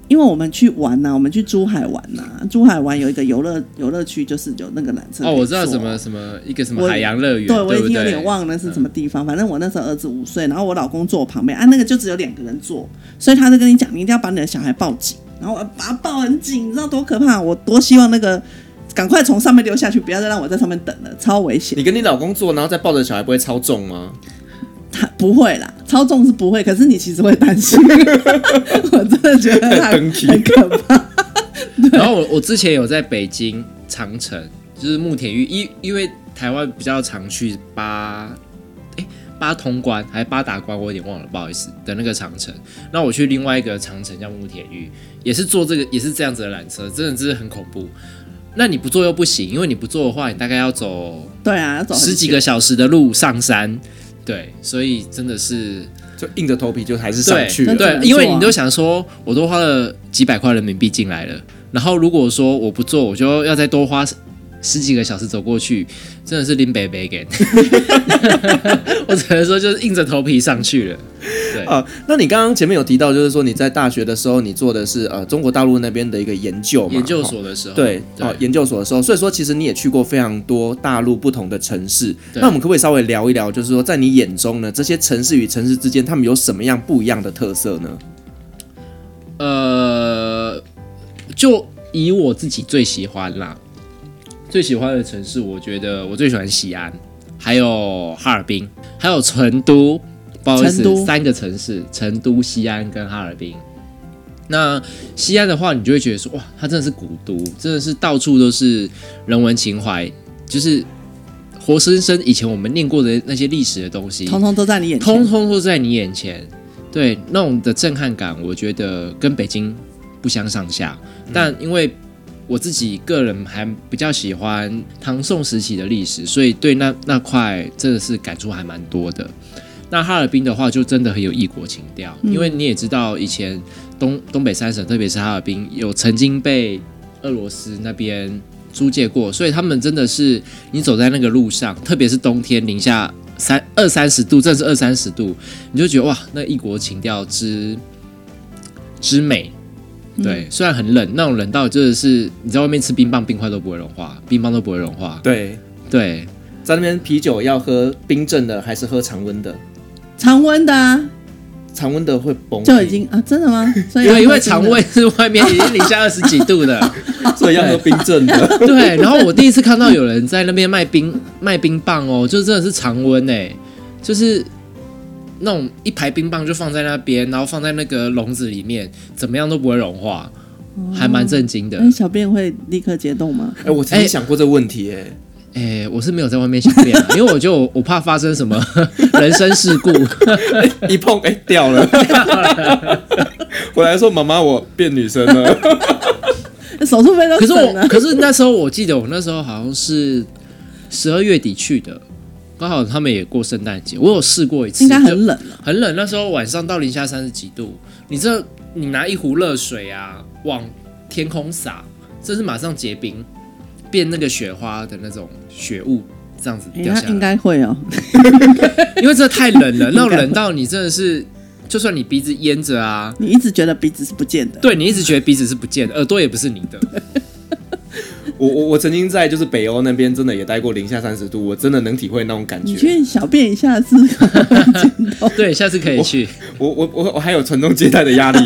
Speaker 3: 因为我们去玩呐、我们去珠海玩呐、珠海玩有一个游乐游乐区，就是有那个缆车。
Speaker 4: 哦，我知道什么。什么一个什么
Speaker 3: 我
Speaker 4: 海洋乐园，
Speaker 3: 对，
Speaker 4: 对
Speaker 3: 我已
Speaker 4: 不
Speaker 3: 经有
Speaker 4: 对嗯
Speaker 3: 点忘了是什么地方。反正我那时候儿子五岁，然后我老公坐我旁边，啊，那个就只有两个人坐，所以他就跟你讲，你一定要把你的小孩抱紧，然后我把他抱很紧，你知道多可怕？我多希望那个赶快从上面溜下去，不要再让我在上面等了，超危险。
Speaker 2: 你跟你老公坐，然后再抱着小孩，不会超重吗？
Speaker 3: 他不会啦，超重是不会，可是你其实会担心。 我真的觉得他
Speaker 2: 很登奇
Speaker 3: 很可怕。
Speaker 4: 然后我我之前有在北京长城，就是慕田峪，因因为台湾比较常去八，诶八通关还是八达关，我有点忘了，不好意思的那个长城。那我去另外一个长城叫慕田峪，也是坐这个也是这样子的缆车，真的真的很恐怖。那你不坐又不行，因为你不坐的话，你大概要走
Speaker 3: 对啊，要走很
Speaker 4: 十几
Speaker 3: 久
Speaker 4: 个小时的路上山，对，所以真的是
Speaker 2: 就硬着头皮就还是上
Speaker 4: 对
Speaker 2: 去
Speaker 3: 真
Speaker 2: 了。
Speaker 3: 的
Speaker 4: 对
Speaker 3: 很，
Speaker 4: 因为
Speaker 3: 做啊
Speaker 4: 你都想说，我都花了几百块人民币进来了，然后如果说我不做，我就要再多花十十几个小时走过去，真的是林北北给。 我只能说就是硬着头皮上去了。对，
Speaker 2: 啊，那你刚刚前面有提到，就是说你在大学的时候，你做的是呃中国大陆那边的一个研究嘛？
Speaker 4: 研究
Speaker 2: 哈
Speaker 4: 所的时候，
Speaker 2: 对，
Speaker 4: 对
Speaker 2: 哦，研究所的时候，所以说其实你也去过非常多大陆不同的城市。
Speaker 4: 对
Speaker 2: 那我们可不可以稍微聊一聊，就是说在你眼中呢，这些城市与城市之间，他们有什么样不一样的特色呢？
Speaker 4: 呃，就以我自己最喜欢啦，最喜欢的城市，我觉得我最喜欢西安，还有哈尔滨，还有成都。不好意
Speaker 3: 成都
Speaker 4: 思，三个城市：成都、西安跟哈尔滨。那西安的话，你就会觉得说，哇，它真的是古都，真的是到处都是人文情怀，就是活生生以前我们念过的那些历史的东西，
Speaker 3: 通通都在你眼前。
Speaker 4: 通通都在你眼前，对那种的震撼感，我觉得跟北京不相上下。
Speaker 3: 嗯
Speaker 4: 但因为我自己个人还比较喜欢唐宋时期的历史，所以对那那块真的是感触还蛮多的。那哈尔滨的话，就真的很有异国情调，
Speaker 3: 嗯
Speaker 4: 因为你也知道，以前东东北三省，特别是哈尔滨，有曾经被俄罗斯那边租借过，所以他们真的是你走在那个路上，特别是冬天零下三二三十度，正是二三十度，你就觉得哇，那异国情调之之美。
Speaker 3: 嗯
Speaker 4: 对，虽然很冷，那种冷到真的是你在外面吃冰棒，冰块都不会融化，冰棒都不会融化。
Speaker 2: 对，
Speaker 4: 对，
Speaker 2: 在那边啤酒要喝冰镇的还是喝常温的？
Speaker 3: 常温的啊，
Speaker 2: 常温的会崩，
Speaker 3: 就已经啊，真的吗？所以
Speaker 4: 因
Speaker 3: 要
Speaker 4: 为因为
Speaker 3: 喝真的
Speaker 4: 常温是外面已经零下二十几度的，
Speaker 2: 所以要喝冰镇 的。
Speaker 4: 对，然后我第一次看到有人在那边卖冰卖冰棒哦，就真的是常温哎，就是那种一排冰棒就放在那边，然后放在那个笼子里面，怎么样都不会融化，还蛮震惊的
Speaker 3: 哎、。小便会立刻解冻吗？
Speaker 2: 哎、我曾经想过这个问题、哎、
Speaker 4: 哎，我是没有在外面小 便啊，因为我就我怕发生什么 人身事故。
Speaker 2: 一碰哎、掉 了，回来说妈妈我变女生了，
Speaker 3: 手术费都
Speaker 4: 可是
Speaker 3: 省
Speaker 4: 我
Speaker 3: 了。
Speaker 4: 可是那时候我记得我那时候好像是十二月底去的，刚好他们也过圣诞节，我有试过一次，
Speaker 3: 应该
Speaker 4: 就
Speaker 3: 很冷了，
Speaker 4: 很冷，那时候晚上到零下三十几度，你这你拿一壶热水啊往天空洒，这是马上结冰，变那个雪花的那种雪雾，这样子
Speaker 3: 哎、
Speaker 4: 掉
Speaker 3: 他
Speaker 4: 下
Speaker 3: 应
Speaker 4: 来。
Speaker 3: 该会 哦。
Speaker 4: 因为这太 冷了，那种冷到你真的是，就算你鼻子淹着啊，
Speaker 3: 你一直觉得鼻子是不见的，
Speaker 4: 对你一直觉得鼻子是不见的，耳朵也不 是你的，
Speaker 2: 我我我曾经在就是北欧那边真的也待过零下三十度，我真的能体会那种感
Speaker 3: 你
Speaker 2: 觉。
Speaker 3: 去小便一下子， 哦
Speaker 4: 对，下次可以去。
Speaker 2: 我我我我还有传宗接代的压 力。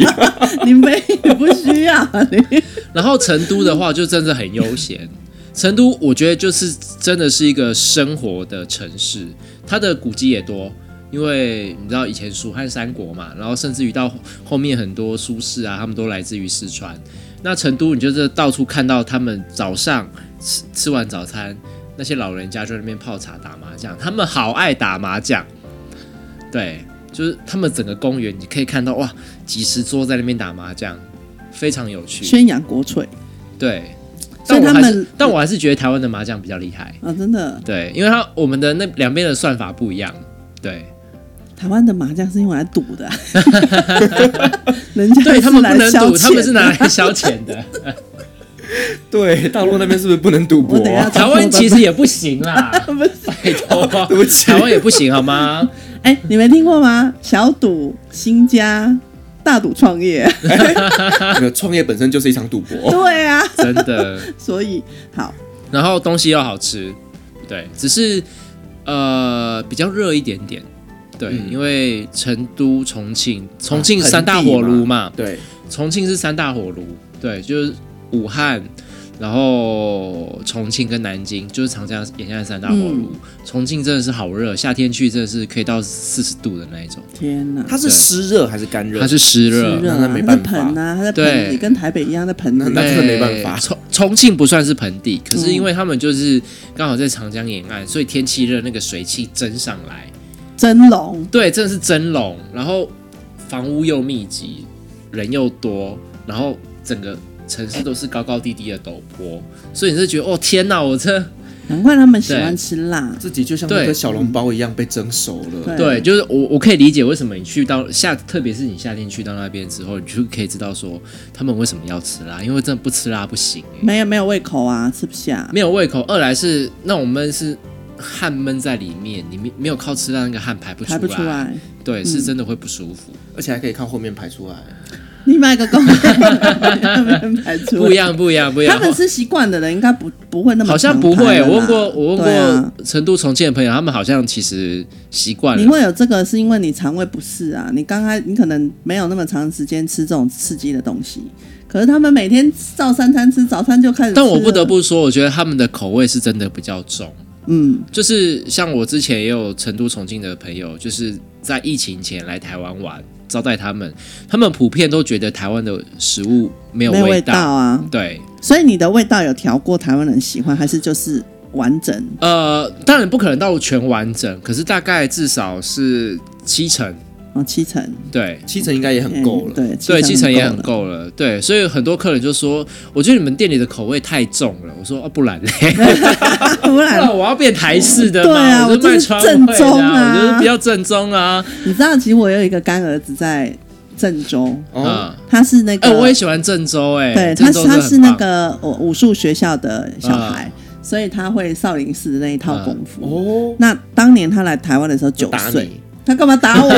Speaker 3: 你没也不需要啊 你。
Speaker 4: 然后成都的话，就真的很悠闲。成都，我觉得就是真的是一个生活的城市，它的古迹也多，因为你知道以前蜀汉三国嘛，然后甚至于到后面很多苏轼啊，他们都来自于四川。那成都，你就是到处看到他们早上吃吃完早餐，那些老人家就在那边泡茶打麻将，他们好爱打麻将。对，就是他们整个公园，你可以看到哇，几十桌在那边打麻将，非常有趣。
Speaker 3: 宣扬国粹
Speaker 4: 对，
Speaker 3: 所以
Speaker 4: 但我
Speaker 3: 他
Speaker 4: 还
Speaker 3: 们
Speaker 4: 是，但我还是觉得台湾的麻将比较厉害。
Speaker 3: 啊，真的。
Speaker 4: 对，因为它我们的那两边的算法不一样。对，
Speaker 3: 台湾的麻将是用来赌的、 啊，人家
Speaker 4: 对
Speaker 3: 是
Speaker 4: 他们
Speaker 3: 来
Speaker 4: 不能
Speaker 3: 消
Speaker 4: 赌，
Speaker 3: 遣
Speaker 4: 他们是拿来消遣的。
Speaker 2: 对，大陆那边是不是不能赌博
Speaker 3: 我等一
Speaker 2: 啊、
Speaker 3: 下
Speaker 4: 台湾其实也不行啦， 拜托，
Speaker 2: 对不起
Speaker 4: 台湾也不行好吗？
Speaker 3: 哎、你没听过吗？小赌新家大赌创业。
Speaker 2: 没有创业本身就是一场赌
Speaker 4: 哦
Speaker 2: 博，
Speaker 3: 对啊，
Speaker 4: 真的。
Speaker 3: 所以好，
Speaker 4: 然后东西又好吃，对，只是呃比较热一点点，对，
Speaker 2: 嗯
Speaker 4: 因为成都、重庆，重庆
Speaker 2: 啊
Speaker 4: 三大
Speaker 2: 盆地
Speaker 4: 火炉嘛，
Speaker 2: 对，
Speaker 4: 重庆是三大火炉，对，就是武汉，然后重庆跟南京，就是长江眼下的三大火炉。
Speaker 3: 嗯
Speaker 4: 重庆真的是好热，夏天去真的是可以到四十度的那一种，
Speaker 3: 天哪，
Speaker 2: 它是湿热还是干热？
Speaker 4: 它是湿热
Speaker 3: 湿，热
Speaker 2: 那
Speaker 3: 啊，
Speaker 2: 没
Speaker 3: 它在
Speaker 2: 办法
Speaker 3: 盆啊，它在
Speaker 4: 对
Speaker 3: 盆里，跟台北一样在盆
Speaker 2: 那
Speaker 3: 里。
Speaker 2: 那真的没办
Speaker 4: 对
Speaker 2: 法。
Speaker 4: 重重庆不算是盆地，可是
Speaker 3: 嗯
Speaker 4: 因为他们就是刚好在长江沿岸，所以天气热，那个水汽蒸上来，
Speaker 3: 蒸笼，
Speaker 4: 对，真的是蒸笼。然后房屋又密集，人又多，然后整个城市都是高高低低的陡坡，所以你是觉得哦天哪，我这
Speaker 3: 难怪他们喜欢吃辣。
Speaker 2: 自己就像那
Speaker 4: 对
Speaker 2: 个小笼包一样被蒸熟
Speaker 3: 哎
Speaker 2: 了。
Speaker 4: 对，就是我我可以理解为什么你去到夏，特别是你夏天去到那边之后，你就可以知道说他们为什么要吃辣，因为真的不吃辣不行、欸
Speaker 3: 没有没有胃口啊，吃不下。
Speaker 4: 没有胃口。二来是那种闷是汗闷在里面，你没没有靠吃辣那个汗排不出
Speaker 3: 排
Speaker 4: 来，
Speaker 3: 不出来，嗯
Speaker 4: 对，是真的会不舒服。
Speaker 2: 而且还可以靠后面排出来。
Speaker 3: 你买 个公园排出来
Speaker 4: 不一。样，不一样，不一样。
Speaker 3: 他们吃习惯的人应该不不会那么
Speaker 4: 好像
Speaker 3: 常
Speaker 4: 不
Speaker 3: 开
Speaker 4: 会，
Speaker 3: 了啦
Speaker 4: 我问过，我问
Speaker 3: 对啊
Speaker 4: 过成都、重庆的朋友，他们好像其实习惯
Speaker 3: 你
Speaker 4: 了。
Speaker 3: 会有这个，是因为你肠胃不适啊。你刚开，你可能没有那么长时间吃这种刺激的东西，可是他们每天照三餐吃，早餐就开始吃了。
Speaker 4: 但我不得不说，我觉得他们的口味是真的比较重。
Speaker 3: 嗯，
Speaker 4: 就是像我之前也有成都、重庆的朋友，就是在疫情前来台湾玩，招待他们，他们普遍都觉得台湾的食物没有
Speaker 3: 没有味
Speaker 4: 味
Speaker 3: 道
Speaker 4: 道。
Speaker 3: 啊。
Speaker 4: 对，
Speaker 3: 所以你的味道有调过台湾人喜欢，还是就是完整？
Speaker 4: 呃，当然不可能到全完整，可是大概至少是七成。
Speaker 3: 哦，七成，
Speaker 4: 对，
Speaker 2: 七成应该也很够
Speaker 3: 嗯
Speaker 2: 了。
Speaker 3: 对，
Speaker 4: 对，七成也
Speaker 3: 很
Speaker 4: 很
Speaker 3: 了。
Speaker 4: 够了。对，所以很多客人就说：“我觉得你们店里的口味太重了。”我说：“哦，不然嘞，
Speaker 3: 不
Speaker 4: 不
Speaker 3: 然
Speaker 4: 然我要变台式的嘛，
Speaker 3: 对啊
Speaker 4: 我就
Speaker 3: 我
Speaker 4: 卖
Speaker 3: 就是
Speaker 4: 川味
Speaker 3: 正
Speaker 4: 的、
Speaker 3: 宗啊
Speaker 4: 我就是比较正宗啊。
Speaker 3: 你知道，其实我有一个干儿子在郑州，
Speaker 2: 哦，
Speaker 4: 嗯，
Speaker 3: 他是那
Speaker 4: 哎、
Speaker 3: 个，
Speaker 4: 我也喜欢郑州、哎，
Speaker 3: 对，他
Speaker 4: 郑
Speaker 3: 是
Speaker 4: 州
Speaker 3: 他
Speaker 4: 真的
Speaker 3: 是
Speaker 4: 很
Speaker 3: 那
Speaker 4: 棒，嗯
Speaker 3: 个我武术学校的小孩，所以他会少林寺那一套功夫。
Speaker 2: 哦，
Speaker 3: 那当年他来台湾的时候九
Speaker 2: 打
Speaker 3: 岁，
Speaker 2: 你
Speaker 3: 他干嘛 打我、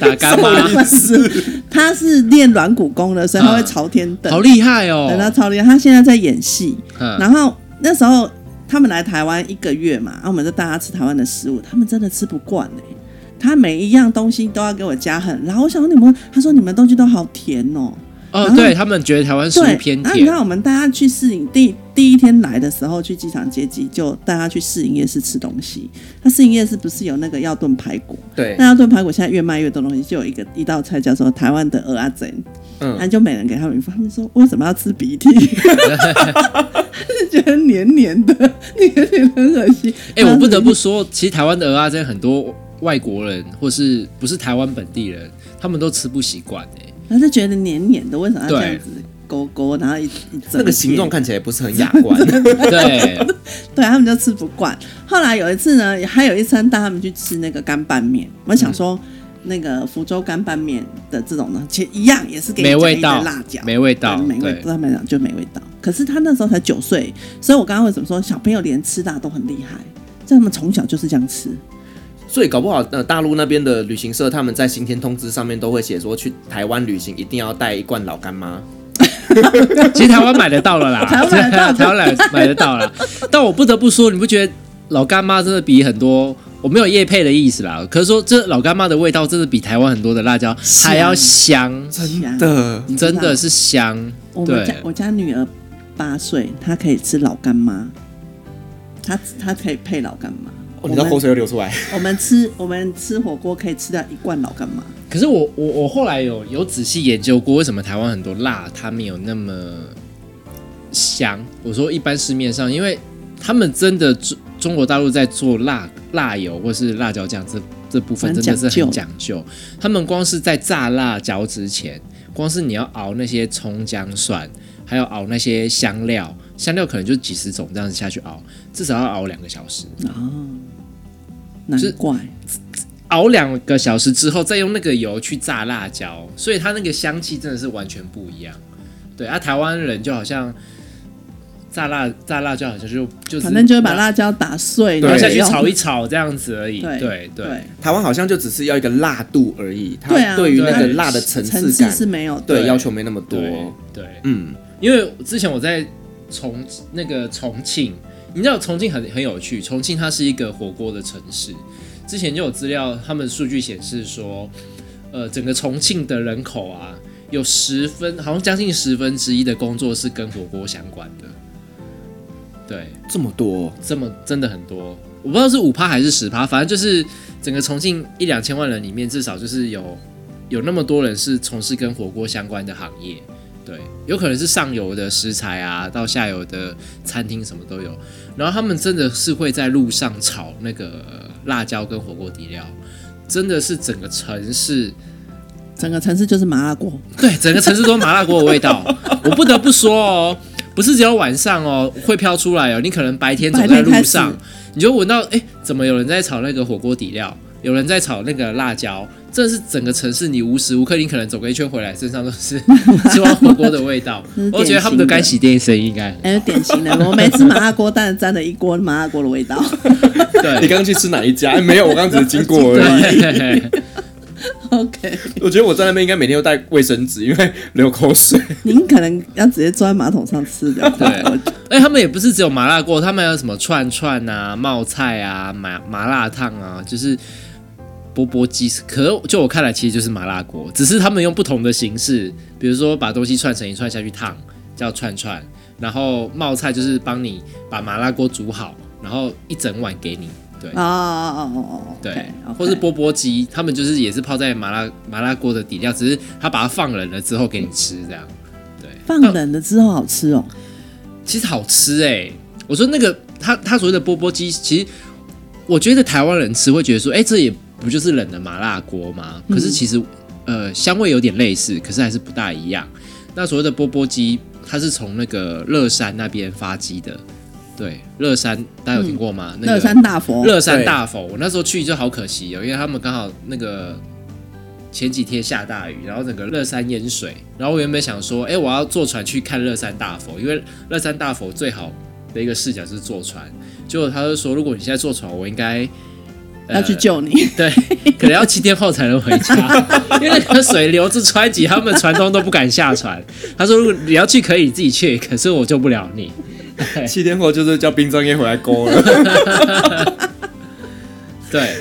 Speaker 4: 打干
Speaker 3: 我
Speaker 4: 妈，
Speaker 3: 不是，他是练软骨功的，所以他会朝天蹬，
Speaker 4: 啊好厉害
Speaker 3: 对，他
Speaker 4: 哦。
Speaker 3: 超厉害。他现在在演戏，
Speaker 4: 嗯，
Speaker 3: 然后那时候他们来台湾一个月嘛，然啊后我们就带他吃台湾的食物，他们真的吃不惯哎、他每一样东西都要给我加很，然后我想说你们，他说你们东西都好甜哦，
Speaker 4: 哦
Speaker 3: 然，后
Speaker 4: 对他们觉得台湾食
Speaker 3: 对啊
Speaker 4: 物，偏
Speaker 3: 然后你
Speaker 4: 甜
Speaker 3: 知，道我们带他去试营第第一天来的时候，去机场接机，就带他去试营业室吃东西。他试营业室不是有那个要炖排骨？
Speaker 2: 对，
Speaker 3: 那要炖排骨现在越卖越多东西，就有一个一道菜叫做台湾的鹅阿珍，然后
Speaker 2: 嗯，
Speaker 3: 就每人给他们一份，他们说为什么要吃鼻涕？ 就觉得黏黏的，黏黏的很恶心。
Speaker 4: 哎、我不
Speaker 3: 嗯
Speaker 4: 得不说，其实台湾的鹅啊，真的很多外国人或是不是台湾本地人，他们都吃不习惯、哎。
Speaker 3: 然后就觉得黏黏的，为什么要这
Speaker 4: 对
Speaker 3: 样子勾勾？然后一一整
Speaker 2: 那个形
Speaker 3: 片
Speaker 2: 状看起来不是很雅观。
Speaker 4: 对，
Speaker 3: 对他们就吃不惯。后来有一次呢，还有一餐带他们去吃那个干拌面，我想说。
Speaker 4: 嗯
Speaker 3: 那个福州干拌面的这种呢，其实一样也是给你
Speaker 4: 没味
Speaker 3: 加一
Speaker 4: 道
Speaker 3: 堆辣椒，，
Speaker 4: 没味道，
Speaker 3: 对没味
Speaker 4: 对，
Speaker 3: 道，没味道就没味道。可是他那时候才九岁，所以我刚刚为什么说小朋友连吃辣都很厉害？就他们从小就是这样吃，
Speaker 2: 所以搞不好，呃，大陆那边的旅行社他们在行前通知上面都会写说，去台湾旅行一定要带一罐老干妈。
Speaker 4: 其实台湾买得到了 啦，
Speaker 3: 台湾买得到
Speaker 4: 台湾买买得到啦。但我不得不说，你不觉得老干妈真的比很多？我没有叶配的意思啦，可是说这老干妈的味道真的比台湾很多的辣椒还要香，
Speaker 3: 真。
Speaker 2: 的，
Speaker 3: 你知道
Speaker 4: 真的是香。
Speaker 3: 我们家
Speaker 4: 对，
Speaker 3: 我家女儿八岁，她可以吃老干妈，她她可以配老干妈。
Speaker 2: 哦，你的
Speaker 3: 我们
Speaker 2: 口水又流出来。
Speaker 3: 我们吃我们吃火锅可以吃掉一罐老干妈，
Speaker 4: 可是我我我后来有有仔细研究过，为什么台湾很多辣它没有那么香？我说一般市面上，因为他们真的中中国大陆在做辣辣油或是辣椒酱这这部分
Speaker 3: 蛮
Speaker 4: 真的是
Speaker 3: 讲究
Speaker 4: 很讲究，他们光是在炸辣椒之前，光是你要熬那些葱姜蒜，还要熬那些香料，香料可能就几十种这样子下去熬，至少要熬两个小时。
Speaker 3: 难
Speaker 4: 是
Speaker 3: 怪
Speaker 4: 熬两个小时之后，再用那个油去炸辣椒，所以它那个香气真的是完全不一样。对啊，台湾人就好像炸辣炸辣椒好像就就是
Speaker 3: 反正就是把辣椒打碎，
Speaker 2: 对
Speaker 3: 然
Speaker 4: 拿
Speaker 3: 后
Speaker 4: 下去炒一炒这样子而已。
Speaker 3: 对
Speaker 4: 对
Speaker 3: 对，
Speaker 2: 台湾好像就只是要一个辣度而已，它
Speaker 3: 对啊
Speaker 2: 对于那个
Speaker 4: 对
Speaker 2: 辣的层
Speaker 3: 层次
Speaker 2: 感，
Speaker 3: 是没有的。
Speaker 2: 对
Speaker 4: 对
Speaker 2: 要求没那么多。
Speaker 4: 对对，
Speaker 2: 嗯，
Speaker 4: 因为之前我在重那个重庆，你知道重庆很很有趣，重庆它是一个火锅的城市。之前就有资料，他们数据显示说，呃，整个重庆的人口啊，有十分，好像将近十分之一的工作是跟火锅相关的。对，
Speaker 2: 这么多，
Speaker 4: 这么真的很多，我不知道是五趴还是十趴，反正就是整个重庆一两千万人里面，至少就是有有那么多人是从事跟火锅相关的行业，对，有可能是上游的食材啊，到下游的餐厅什么都有。然后他们真的是会在路上炒那个辣椒跟火锅底料，真的是整个城市
Speaker 3: 整个城市就是麻辣锅，
Speaker 4: 对，整个城市都是麻辣锅的味道。 我不得不说哦，不是只有晚上哦会飘出来哦，你可能白天走在
Speaker 3: 白天开
Speaker 4: 路
Speaker 3: 始
Speaker 4: 上，你就闻到哎，怎么有人在炒那个火锅底料，有人在炒那个辣椒，这是整个城市你无时无刻你可能走个一圈回来，身上都是 吃完火锅的味 道
Speaker 3: 这是。
Speaker 4: 我觉得他们的干洗店生意 应该
Speaker 3: 哎，典型的，我每次麻辣锅但是沾了一锅麻辣锅的味道。
Speaker 2: 你
Speaker 4: 对。
Speaker 2: 刚刚去吃哪一家？哎没有，我刚刚只是经过而 已。
Speaker 4: 对，
Speaker 3: OK，
Speaker 2: 我觉得我在那边应该每天都带卫生纸，因为流口水。
Speaker 3: 您可能要直接坐在马桶上吃哦的。
Speaker 4: 对哎，他们也不是只有麻辣锅，他们还有什么串串啊、冒菜啊、麻麻辣烫啊，就是钵钵鸡。可是就我看来，其实就是麻辣锅，只是他们用不同的形式，比如说把东西串成一串下去烫，叫串串。然后冒菜就是帮你把麻辣锅煮好，然后一整碗给你。对
Speaker 3: 哦哦哦哦，
Speaker 4: 对
Speaker 3: o k
Speaker 4: 或是钵钵鸡，他们就是也是泡在麻辣麻辣锅的底料，只是他把它放冷了之后给你吃这样。对，
Speaker 3: 放
Speaker 4: 但
Speaker 3: 冷了之后好吃哦。
Speaker 4: 其实好吃哎、我说那个他他所谓的钵钵鸡，其实我觉得台湾人吃会觉得说，哎、这也不就是冷的麻辣锅吗？
Speaker 3: 嗯
Speaker 4: 可是其实、呃香味有点类似，可是还是不大一样。那所谓的钵钵鸡，它是从那个乐山那边发鸡的，对，乐山大家有听过吗？那个
Speaker 3: 乐山大佛，
Speaker 4: 乐山
Speaker 2: 对
Speaker 4: 大佛，我那时候去就好可惜哦，因为他们刚好那个前几天下大雨，然后整个乐山淹水，然后我原本想说，哎，我要坐船去看乐山大佛，因为乐山大佛最好的一个视角是坐船，结果他就说，如果你现在坐船，我应该。 呃
Speaker 3: 要去救你，
Speaker 4: 对，可能要七天后才能回家， 因为那个水流至川级，他们船东都不敢下船。他说：“如果你要去，可以你自己去，可是我救不了你。
Speaker 2: 七天后就是叫冰专业回来勾了。”
Speaker 4: 对，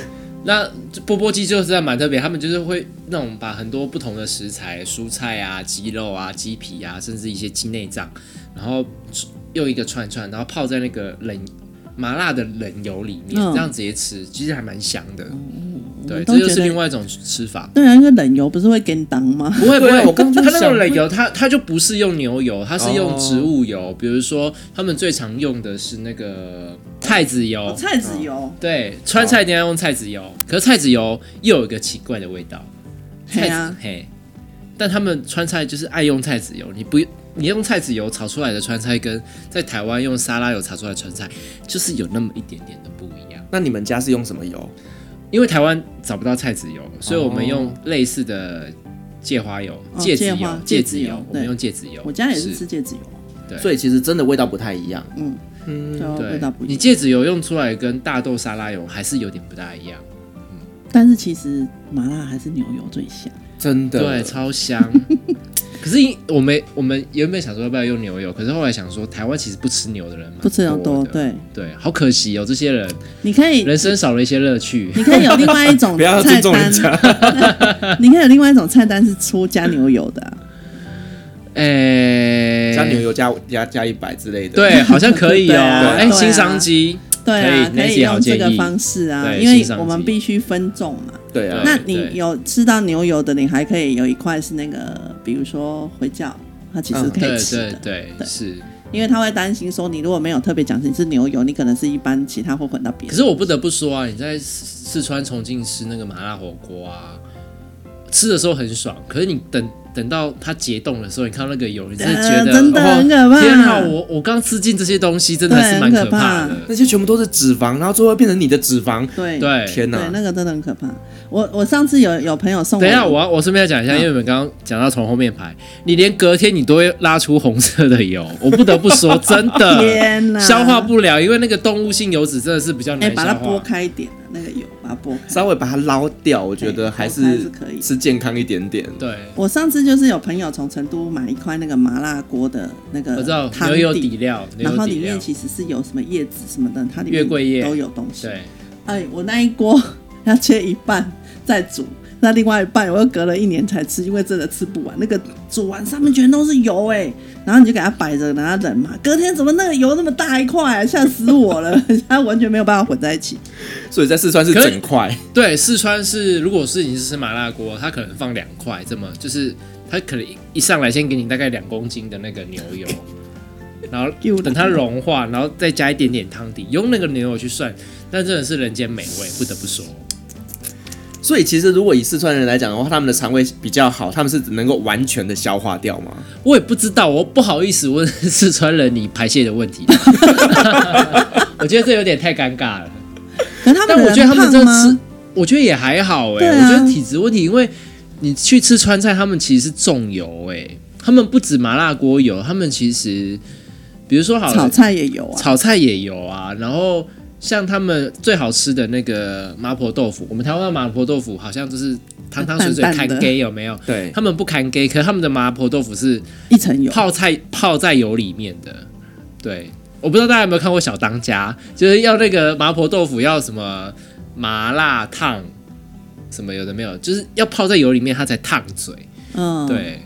Speaker 4: 那钵钵鸡就是蛮特别，他们就是会那种把很多不同的食材，蔬菜啊、鸡肉啊、鸡皮啊，甚至一些鸡内脏，然后用一个串串，然后泡在那个冷麻辣的冷油里面，
Speaker 3: 嗯
Speaker 4: 这样直接吃，其实还蛮香的。对，
Speaker 3: 们
Speaker 4: 这
Speaker 3: 都
Speaker 4: 就
Speaker 3: 觉
Speaker 4: 是
Speaker 3: 得
Speaker 4: 另外一种吃法。
Speaker 3: 对啊，因为冷油不是会跟当吗？
Speaker 4: 不会不
Speaker 2: 对
Speaker 4: 会，
Speaker 2: 我刚就
Speaker 4: 它那
Speaker 2: 想
Speaker 4: 种冷油，它它就不是用牛油，它是用植物油，比如说他们最常用的是那个菜籽油，
Speaker 3: 哦菜籽
Speaker 4: 哦
Speaker 3: 油，
Speaker 4: 对，川菜一定要用菜籽油，可是菜籽油又有一个奇怪的味道。
Speaker 3: 对
Speaker 4: 菜籽
Speaker 3: 啊，
Speaker 4: 嘿，但他们川菜就是爱用菜籽油，你不你用菜籽油炒出来的川菜，跟在台湾用沙拉油炒出来的川菜，就是有那么一点点的不一样。
Speaker 2: 那你们家是用什么油？
Speaker 4: 因为台湾找不到菜籽油，所以我们用类似的芥花油、
Speaker 3: 哦
Speaker 4: 芥子
Speaker 3: 芥
Speaker 4: 油
Speaker 3: 花、
Speaker 4: 芥
Speaker 3: 芥
Speaker 4: 子
Speaker 3: 子
Speaker 4: 油
Speaker 3: 油，
Speaker 4: 我们
Speaker 3: 对
Speaker 4: 用芥子油。
Speaker 3: 我家也是吃芥子油，啊
Speaker 4: 对
Speaker 2: 所以其实真的味道不太一样。
Speaker 3: 就啊味
Speaker 4: 嗯对
Speaker 3: 道不，一
Speaker 4: 你
Speaker 3: 样。
Speaker 4: 芥子油用出来跟大豆沙拉油还是有点不大一样。
Speaker 3: 但是其实麻辣还是牛油最香。
Speaker 2: 真的，
Speaker 4: 对，超香。 可是因我们我们原本想说要不要用牛油，可是后来想说台湾其实不吃牛的人蛮
Speaker 3: 不吃牛多，
Speaker 4: 的
Speaker 3: 对，
Speaker 4: 对，好可惜哦，这些人
Speaker 3: 你可以，
Speaker 4: 人生少了一些 乐趣。
Speaker 3: 你可以有另外一种
Speaker 2: 不要尊
Speaker 3: 菜
Speaker 2: 重人
Speaker 3: 单，
Speaker 2: 家。
Speaker 3: 你可以有另外一种菜单是出加牛油的啊，
Speaker 4: 哎，
Speaker 2: 加牛油加加加一百之类的。
Speaker 4: 对，好像可以 哦。
Speaker 3: 对啊
Speaker 4: 哎，
Speaker 3: 对啊
Speaker 4: 新商机，
Speaker 3: 对啊，
Speaker 4: 可以
Speaker 3: 可
Speaker 4: Nancy
Speaker 3: 以
Speaker 4: 好
Speaker 3: 用这
Speaker 4: 建
Speaker 3: 个
Speaker 4: 议
Speaker 3: 方式啊，
Speaker 4: 对
Speaker 3: 因为
Speaker 4: 欣赏
Speaker 3: 我们
Speaker 4: 机
Speaker 3: 必须分众嘛。
Speaker 2: 对啊，
Speaker 3: 那
Speaker 4: 对
Speaker 3: 你有吃到牛油的，你还可以有一块是那个，比如说回教，它其实
Speaker 2: 嗯
Speaker 3: 可以
Speaker 4: 对
Speaker 3: 吃的，
Speaker 4: 对对，
Speaker 3: 对
Speaker 4: 是。
Speaker 3: 因为他会担心说你如果没有特别讲是你是牛油，你可能是一般其他会混到别
Speaker 4: 可
Speaker 3: 的。
Speaker 4: 是我不得不说啊，你在四四川重庆吃那个麻辣火锅啊，吃的时候很爽，可是你等等到它解冻的时候，你看到那个油，你真的觉
Speaker 3: 呃
Speaker 4: 得、
Speaker 3: 真的
Speaker 4: 哦
Speaker 3: 很可怕
Speaker 4: 天啊，我我刚吃进这些东西，真的还是蛮
Speaker 3: 对很可
Speaker 4: 怕的。
Speaker 2: 那些全部都是脂肪，然后最后变成你的脂肪。
Speaker 3: 对
Speaker 4: 对，
Speaker 2: 天
Speaker 3: 对，
Speaker 2: 哪！
Speaker 3: 那个真的很可怕。我我上次有有朋友送我，
Speaker 4: 等一下，我要我顺便讲一下，因为我们刚刚讲到从后面排，你连隔天你都会拉出红色 的油，我不得不说，真的，
Speaker 3: 天哪
Speaker 4: 消化不了，因为那个动物性油脂真的是比较
Speaker 3: 啊哎、
Speaker 4: 难消
Speaker 3: 把
Speaker 4: 化。
Speaker 3: 它剥开一点，那个油把它剥开。
Speaker 2: 稍微把它捞掉，我觉得
Speaker 3: 哎
Speaker 2: 还
Speaker 3: 还
Speaker 2: 是
Speaker 3: 是可以
Speaker 2: 吃健康一点点。
Speaker 4: 对，
Speaker 3: 我上次就是有朋友从成都买一块那个麻辣锅的那个
Speaker 4: 我知道
Speaker 3: 汤
Speaker 4: 牛油底
Speaker 3: 底，
Speaker 4: 料，牛
Speaker 3: 然
Speaker 4: 油
Speaker 3: 后
Speaker 4: 底
Speaker 3: 里
Speaker 4: 料
Speaker 3: 面，其实是有什么叶子什么的，它里
Speaker 4: 月桂叶
Speaker 3: 面都有东西。
Speaker 4: 对，
Speaker 3: 哎，我那一锅要切一半再煮，那另外一半我又隔了一年才吃，因为真的吃不完。那个煮完上面全都是油哎、然后你就给它摆着，让它冷嘛。隔天怎么那个油那么大一块、啊，吓死我 了！它完全没有办法混在一起。
Speaker 2: 所以在四川是
Speaker 4: 可是
Speaker 2: 整块，
Speaker 4: 对，四川是如果是你是吃麻辣锅，它可能放两块，这么就是它可能一一上来先给你大概两公斤的那个牛油，然后
Speaker 3: 又
Speaker 4: 等它融化，然后再加一点点汤底，用那个牛油去涮，但真的是人间美味，不得不说。
Speaker 2: 所以其实如果以四川人来讲的话，他们的肠胃比较好，他们是能够完全的消化掉吗？
Speaker 4: 我也不知道，我不好意思问 四川人你排泄的问题， 我觉得这有点太尴尬了。
Speaker 3: 可是他
Speaker 4: 但
Speaker 3: 们
Speaker 4: 我
Speaker 3: 的
Speaker 4: 觉
Speaker 3: 人
Speaker 4: 得他们这
Speaker 3: 胖吗？
Speaker 4: 吃，我觉得也还好哎、
Speaker 3: 对啊
Speaker 4: 我觉得体质问题，因为你去吃川菜，他们其实是重油哎、他们不止麻辣锅油，他们其实比如说好了
Speaker 3: 炒菜也有啊，
Speaker 4: 炒菜也有啊，然后像他们最好吃的那个麻婆豆腐，我们台湾的麻婆豆腐好像就是汤汤水水
Speaker 3: 淡
Speaker 4: 看
Speaker 3: 淡的
Speaker 4: gay 有没有？
Speaker 2: 对，
Speaker 4: 他们不看 gay，可是他们的麻婆豆腐是
Speaker 3: 一层油。
Speaker 4: 泡菜泡在油里面的。对，我不知道大家有没有看过《小当家》，就是要那个麻婆豆腐要什么麻辣烫，什么有的没有，就是要泡在油里面它才烫嘴。
Speaker 3: 嗯，，
Speaker 4: 对，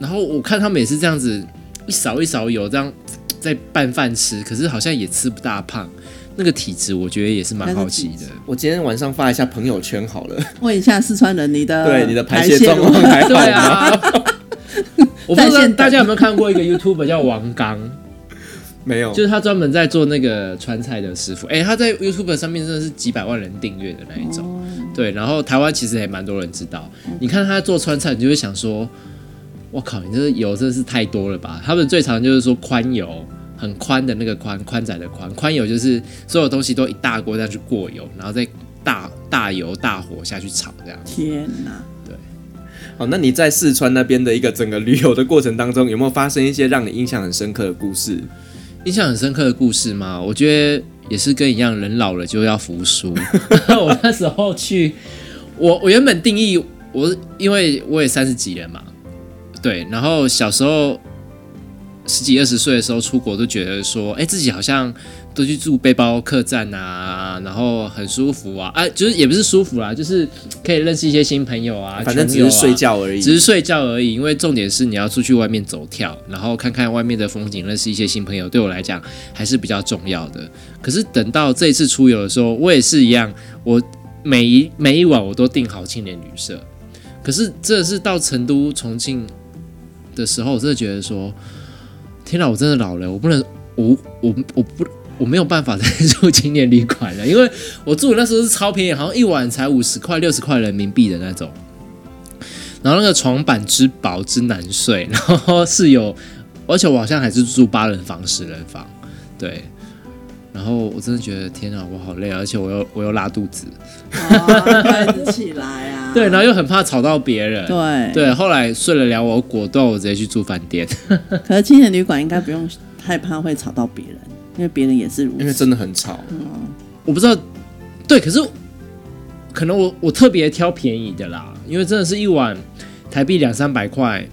Speaker 4: 然后我看他们也是这样子一勺一勺油这样在拌饭吃，可是好像也吃不大胖。那个体质我觉得也是蛮好奇
Speaker 3: 那是
Speaker 4: 的。
Speaker 2: 我今天晚上发一下朋友圈好了，
Speaker 3: 问一下四川人，你的
Speaker 2: 对你的
Speaker 3: 排
Speaker 2: 呃排泄状况
Speaker 3: 如何
Speaker 2: 还好
Speaker 4: 对
Speaker 2: 吗？
Speaker 4: 啊， 我不
Speaker 3: 在
Speaker 4: 知道
Speaker 3: 线等
Speaker 4: 大家有没有看过一个 YouTube 叫王刚。
Speaker 2: 没有，
Speaker 4: 就是他专门在做那个川菜的师傅，哎、他在 YouTube 上面真的是几百万人订阅的那一
Speaker 2: 哦
Speaker 4: 种，对，然后台湾其实也蛮多人知道。
Speaker 2: 嗯
Speaker 4: 你看他做川菜，你就会想说，我靠，你这油真的是太多了吧？他们最常就是说宽油，很宽的那个宽，宽窄的宽，宽油就是所有东西都一大锅这样去过油，然后再大大油大火下去炒这样。
Speaker 3: 天哪！
Speaker 2: 好，那你在四川那边的一个整个旅游的过程当中，有没有发生一些让你印象很深刻的故事？
Speaker 4: 印象很深刻的故事吗？我觉得也是跟一样，人老了就要服输。 我那时候去，我我原本定义我，因为我也三十几了嘛，对，然后小时候十几二十岁的时候出国，都觉得说，哎、自己好像都去住背包客栈啊，然后很舒服啊，啊，就是也不是舒服啦，就是可以认识一些新朋友啊，
Speaker 2: 反正
Speaker 4: 群
Speaker 2: 只
Speaker 4: 友
Speaker 2: 是
Speaker 4: 啊
Speaker 2: 睡觉而已，
Speaker 4: 只是睡觉而已，因为重点是你要出去外面走跳，然后看看外面的风景，认识一些新朋友，对我来讲还是比较重要的。可是等到这一次出游的时候，我也是一样，我每一 每一晚我都订好青年旅社。可是这是到成都、重庆的时候，我真的觉得说，天哪，我真的老了，我不能，我我我不。我没有办法再 住青年旅馆了，因为我住的那时候是超便宜，好像一晚才五十块、六十块人民币的那种。然后那个床板之薄之难睡， 然后是有，而且我好像还是住八人房、十人房，对。然后我真的觉得天啊，我好累啊，而且我又我又拉肚子，
Speaker 3: 哦快点起来啊！
Speaker 4: 对，然后又很怕吵到别人，
Speaker 3: 对
Speaker 4: 对。后来睡了两晚，我果断我直接去住饭店，
Speaker 3: 可是青年旅馆应该不用害怕会吵到别人，因为别人也是如
Speaker 2: 因为
Speaker 3: 此。
Speaker 2: 真的很吵。
Speaker 4: 嗯我不知道，对，可是可能我我特别挑便宜的啦，因为真的是一晚台币两三百块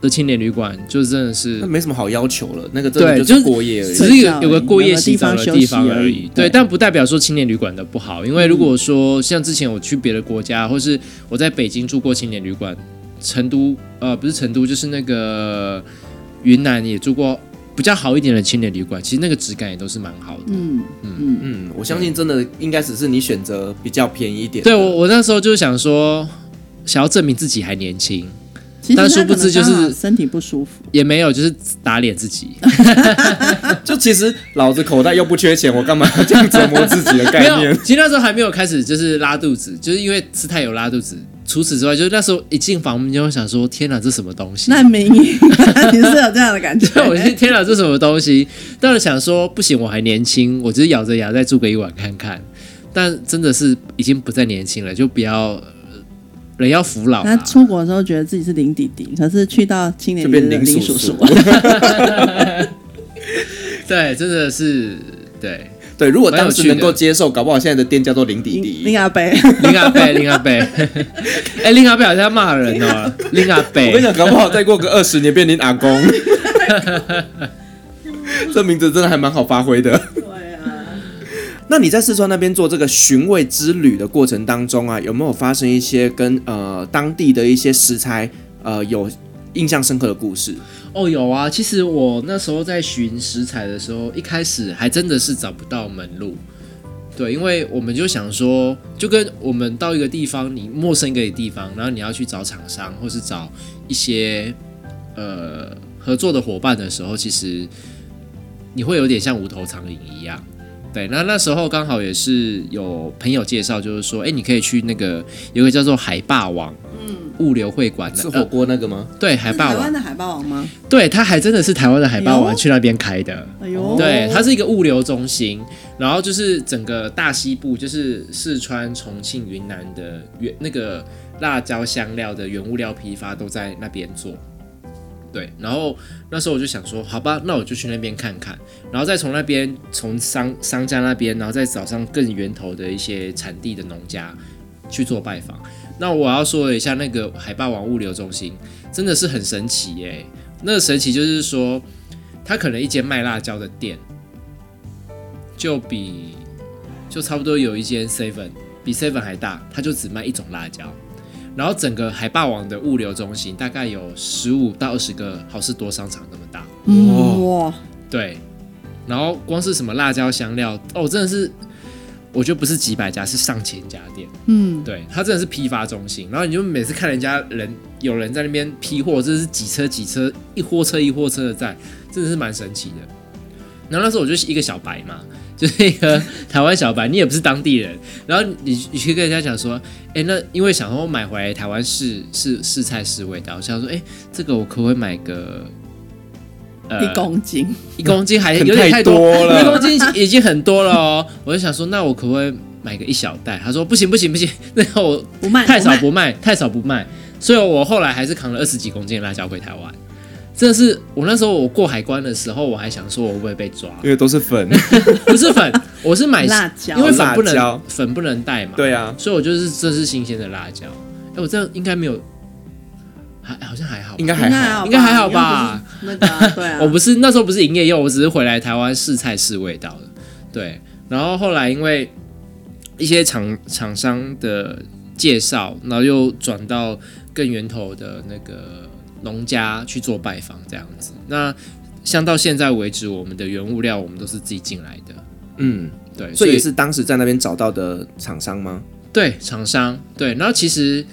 Speaker 4: 的青年旅馆，就真的是
Speaker 2: 那没什么好要求了，那个真的就
Speaker 4: 对就是是
Speaker 2: 过夜而已。
Speaker 4: 只是有有个过夜洗澡的地方而已。对，嗯
Speaker 3: 对
Speaker 4: 但不代表说青年旅馆的不好，因为如果说像之前我去别的国家，或是我在北京住过青年旅馆，成都呃不是成都，就是那个云南也住过比较好一点的青年旅馆，其实那个质感也都是蛮好的。
Speaker 3: 嗯嗯，
Speaker 2: 嗯，我相信真的应该只是你选择比较便宜一点。
Speaker 4: 对我我那时候就想说，想要证明自己还年轻，
Speaker 3: 其实他
Speaker 4: 但殊不
Speaker 3: 可能
Speaker 4: 知就是
Speaker 3: 刚好身体不舒 服，
Speaker 4: 也没有就是打脸自己。
Speaker 2: 就其实老子口袋又不缺钱，我干嘛要这样折磨自己的
Speaker 4: 没
Speaker 2: 概
Speaker 4: 有，
Speaker 2: 念？
Speaker 4: 其实那时候还没有开始，就是拉肚子，就是因为吃太油拉肚子。除此之外，就是那时候一进房，我们就会想说：天哪，这什么东西？
Speaker 3: 难民营，你是有这样的感觉？
Speaker 4: 对，我 就天哪，这什么东西？当时想说，不行，我还年轻，我就是咬着牙再住个一晚看看。但真的是已经不再年轻了，就不要呃人要服老
Speaker 3: 他
Speaker 4: 啦。
Speaker 3: 出国的时候觉得自己是零弟弟，可是去到青年
Speaker 2: 就变
Speaker 3: 旅的
Speaker 2: 林
Speaker 3: 林
Speaker 2: 叔
Speaker 3: 叔
Speaker 2: 叔
Speaker 3: 叔。
Speaker 4: 对，真的是嗯对。
Speaker 2: 对，如果
Speaker 4: 蛮有
Speaker 2: 当时
Speaker 4: 趣的
Speaker 2: 能够接受，搞不好现在的店家都零底
Speaker 3: 林
Speaker 2: 底。
Speaker 3: 林阿贝，
Speaker 4: 林阿贝，林阿贝， 哎、林阿贝好像骂人哦，林阿
Speaker 2: 我跟你
Speaker 4: 贝，
Speaker 2: 讲，搞不好再过个二十年变您阿 公。这名字真的还蛮好发挥的。
Speaker 3: 对啊，
Speaker 2: 那你在四川那边做这个寻味之旅的过程当中啊，有没有发生一些跟呃当地的一些食材呃有印象深刻的故事？
Speaker 4: 哦，有啊，其实我那时候在寻食材的时候，一开始还真的是找不到门路，对，因为我们就想说，就跟我们到一个地方，你陌生一个地方，然后你要去找厂商或是找一些呃合作的伙伴的时候，其实你会有点像无头苍蝇一样。对，那那时候刚好也是有朋友介绍，就是说，哎，你可以去那个有一个叫做海霸王，物流会馆的
Speaker 2: 是，火
Speaker 4: 呃
Speaker 2: 锅那个吗？
Speaker 4: 对， 海
Speaker 3: 嗯
Speaker 4: 啊
Speaker 3: 是
Speaker 4: 霸
Speaker 3: 台
Speaker 4: 王
Speaker 3: 湾。的海霸王吗？
Speaker 4: 对，它还真的是台湾的海霸
Speaker 3: 哎
Speaker 4: 王
Speaker 3: 呦
Speaker 4: 去那边开的。
Speaker 3: 哎呦，
Speaker 4: 对，它是一个物流中心，然后就是整个大西部，就是四川、重庆、云南的原那个辣椒香料的原物料批发都在那边做。对，然后那时候我就想说，好吧，那我就去那边看看，然后再从那边从商商家那边，然后再找上更源头的一些产地的农家去做拜访。那我要说一下那个海霸王物流中心，真的是很神奇耶、那个神奇就是说，它可能一间卖辣椒的店，就比就差不多有一间 Seven 比 Seven 还大，它就只卖一种辣椒。然后整个海霸王的物流中心大概有十五到二十个好事多商场那么大，
Speaker 3: 嗯
Speaker 4: 哦
Speaker 3: 哇，
Speaker 4: 对。然后光是什么辣椒香料哦，真的是，我觉得不是几百家，是上千家店。
Speaker 3: 嗯，
Speaker 4: 对，它真的是批发中心。然后你就每次看人家人有人在那边批货，这是几车几车，一货车一货车的在，真的是蛮神奇的。然后那时候我就是一个小白嘛， 就是一个台湾小白，你也不是当地人。然后你你去跟人家讲说，哎，那因为想说买回来台湾试试试菜试味道，我想说，哎，这个我可不可以买个？呃
Speaker 3: 一公斤，
Speaker 4: 一公斤还
Speaker 2: 很
Speaker 4: 有点
Speaker 2: 太
Speaker 4: 多
Speaker 2: 多了
Speaker 4: 一公斤已经很多了哦。我就想说，那我可不可以买个一小袋？他说不行不行不 行，那个我
Speaker 3: 不卖，
Speaker 4: 太少
Speaker 3: 不卖
Speaker 4: 不 卖，太少不卖。所以我后来还是扛了二十几公斤的辣椒回台湾。真的是，我那时候我过海关的时候，我还想说我会不会 被抓？
Speaker 2: 因为都是粉。
Speaker 4: 不是粉，我是买
Speaker 3: 辣椒
Speaker 4: 因为粉不
Speaker 2: 辣椒
Speaker 4: 能粉不能带嘛。
Speaker 2: 对啊，
Speaker 4: 所以我就是这是新鲜的辣椒。哎，我这样应该没有，还好像还好吧，
Speaker 2: 应该
Speaker 3: 应
Speaker 2: 还
Speaker 3: 该哦
Speaker 2: 好。
Speaker 3: 好吧，
Speaker 4: 应该还好吧
Speaker 3: 你又不是那个啊对
Speaker 2: 嗯
Speaker 3: 啊，
Speaker 4: 我不是那时候不是营业用，我只是回来台湾试菜试味道的。对，然后后来因为一些厂厂商的介绍，然后又转到更源头的那个农家去做拜访，这样子。那像到现在为止，我们的原物料我们都是自己进来的，
Speaker 2: 嗯，
Speaker 4: 对，
Speaker 2: 所以也是当时在那边找到的厂商吗？
Speaker 4: 对厂商对。然后其实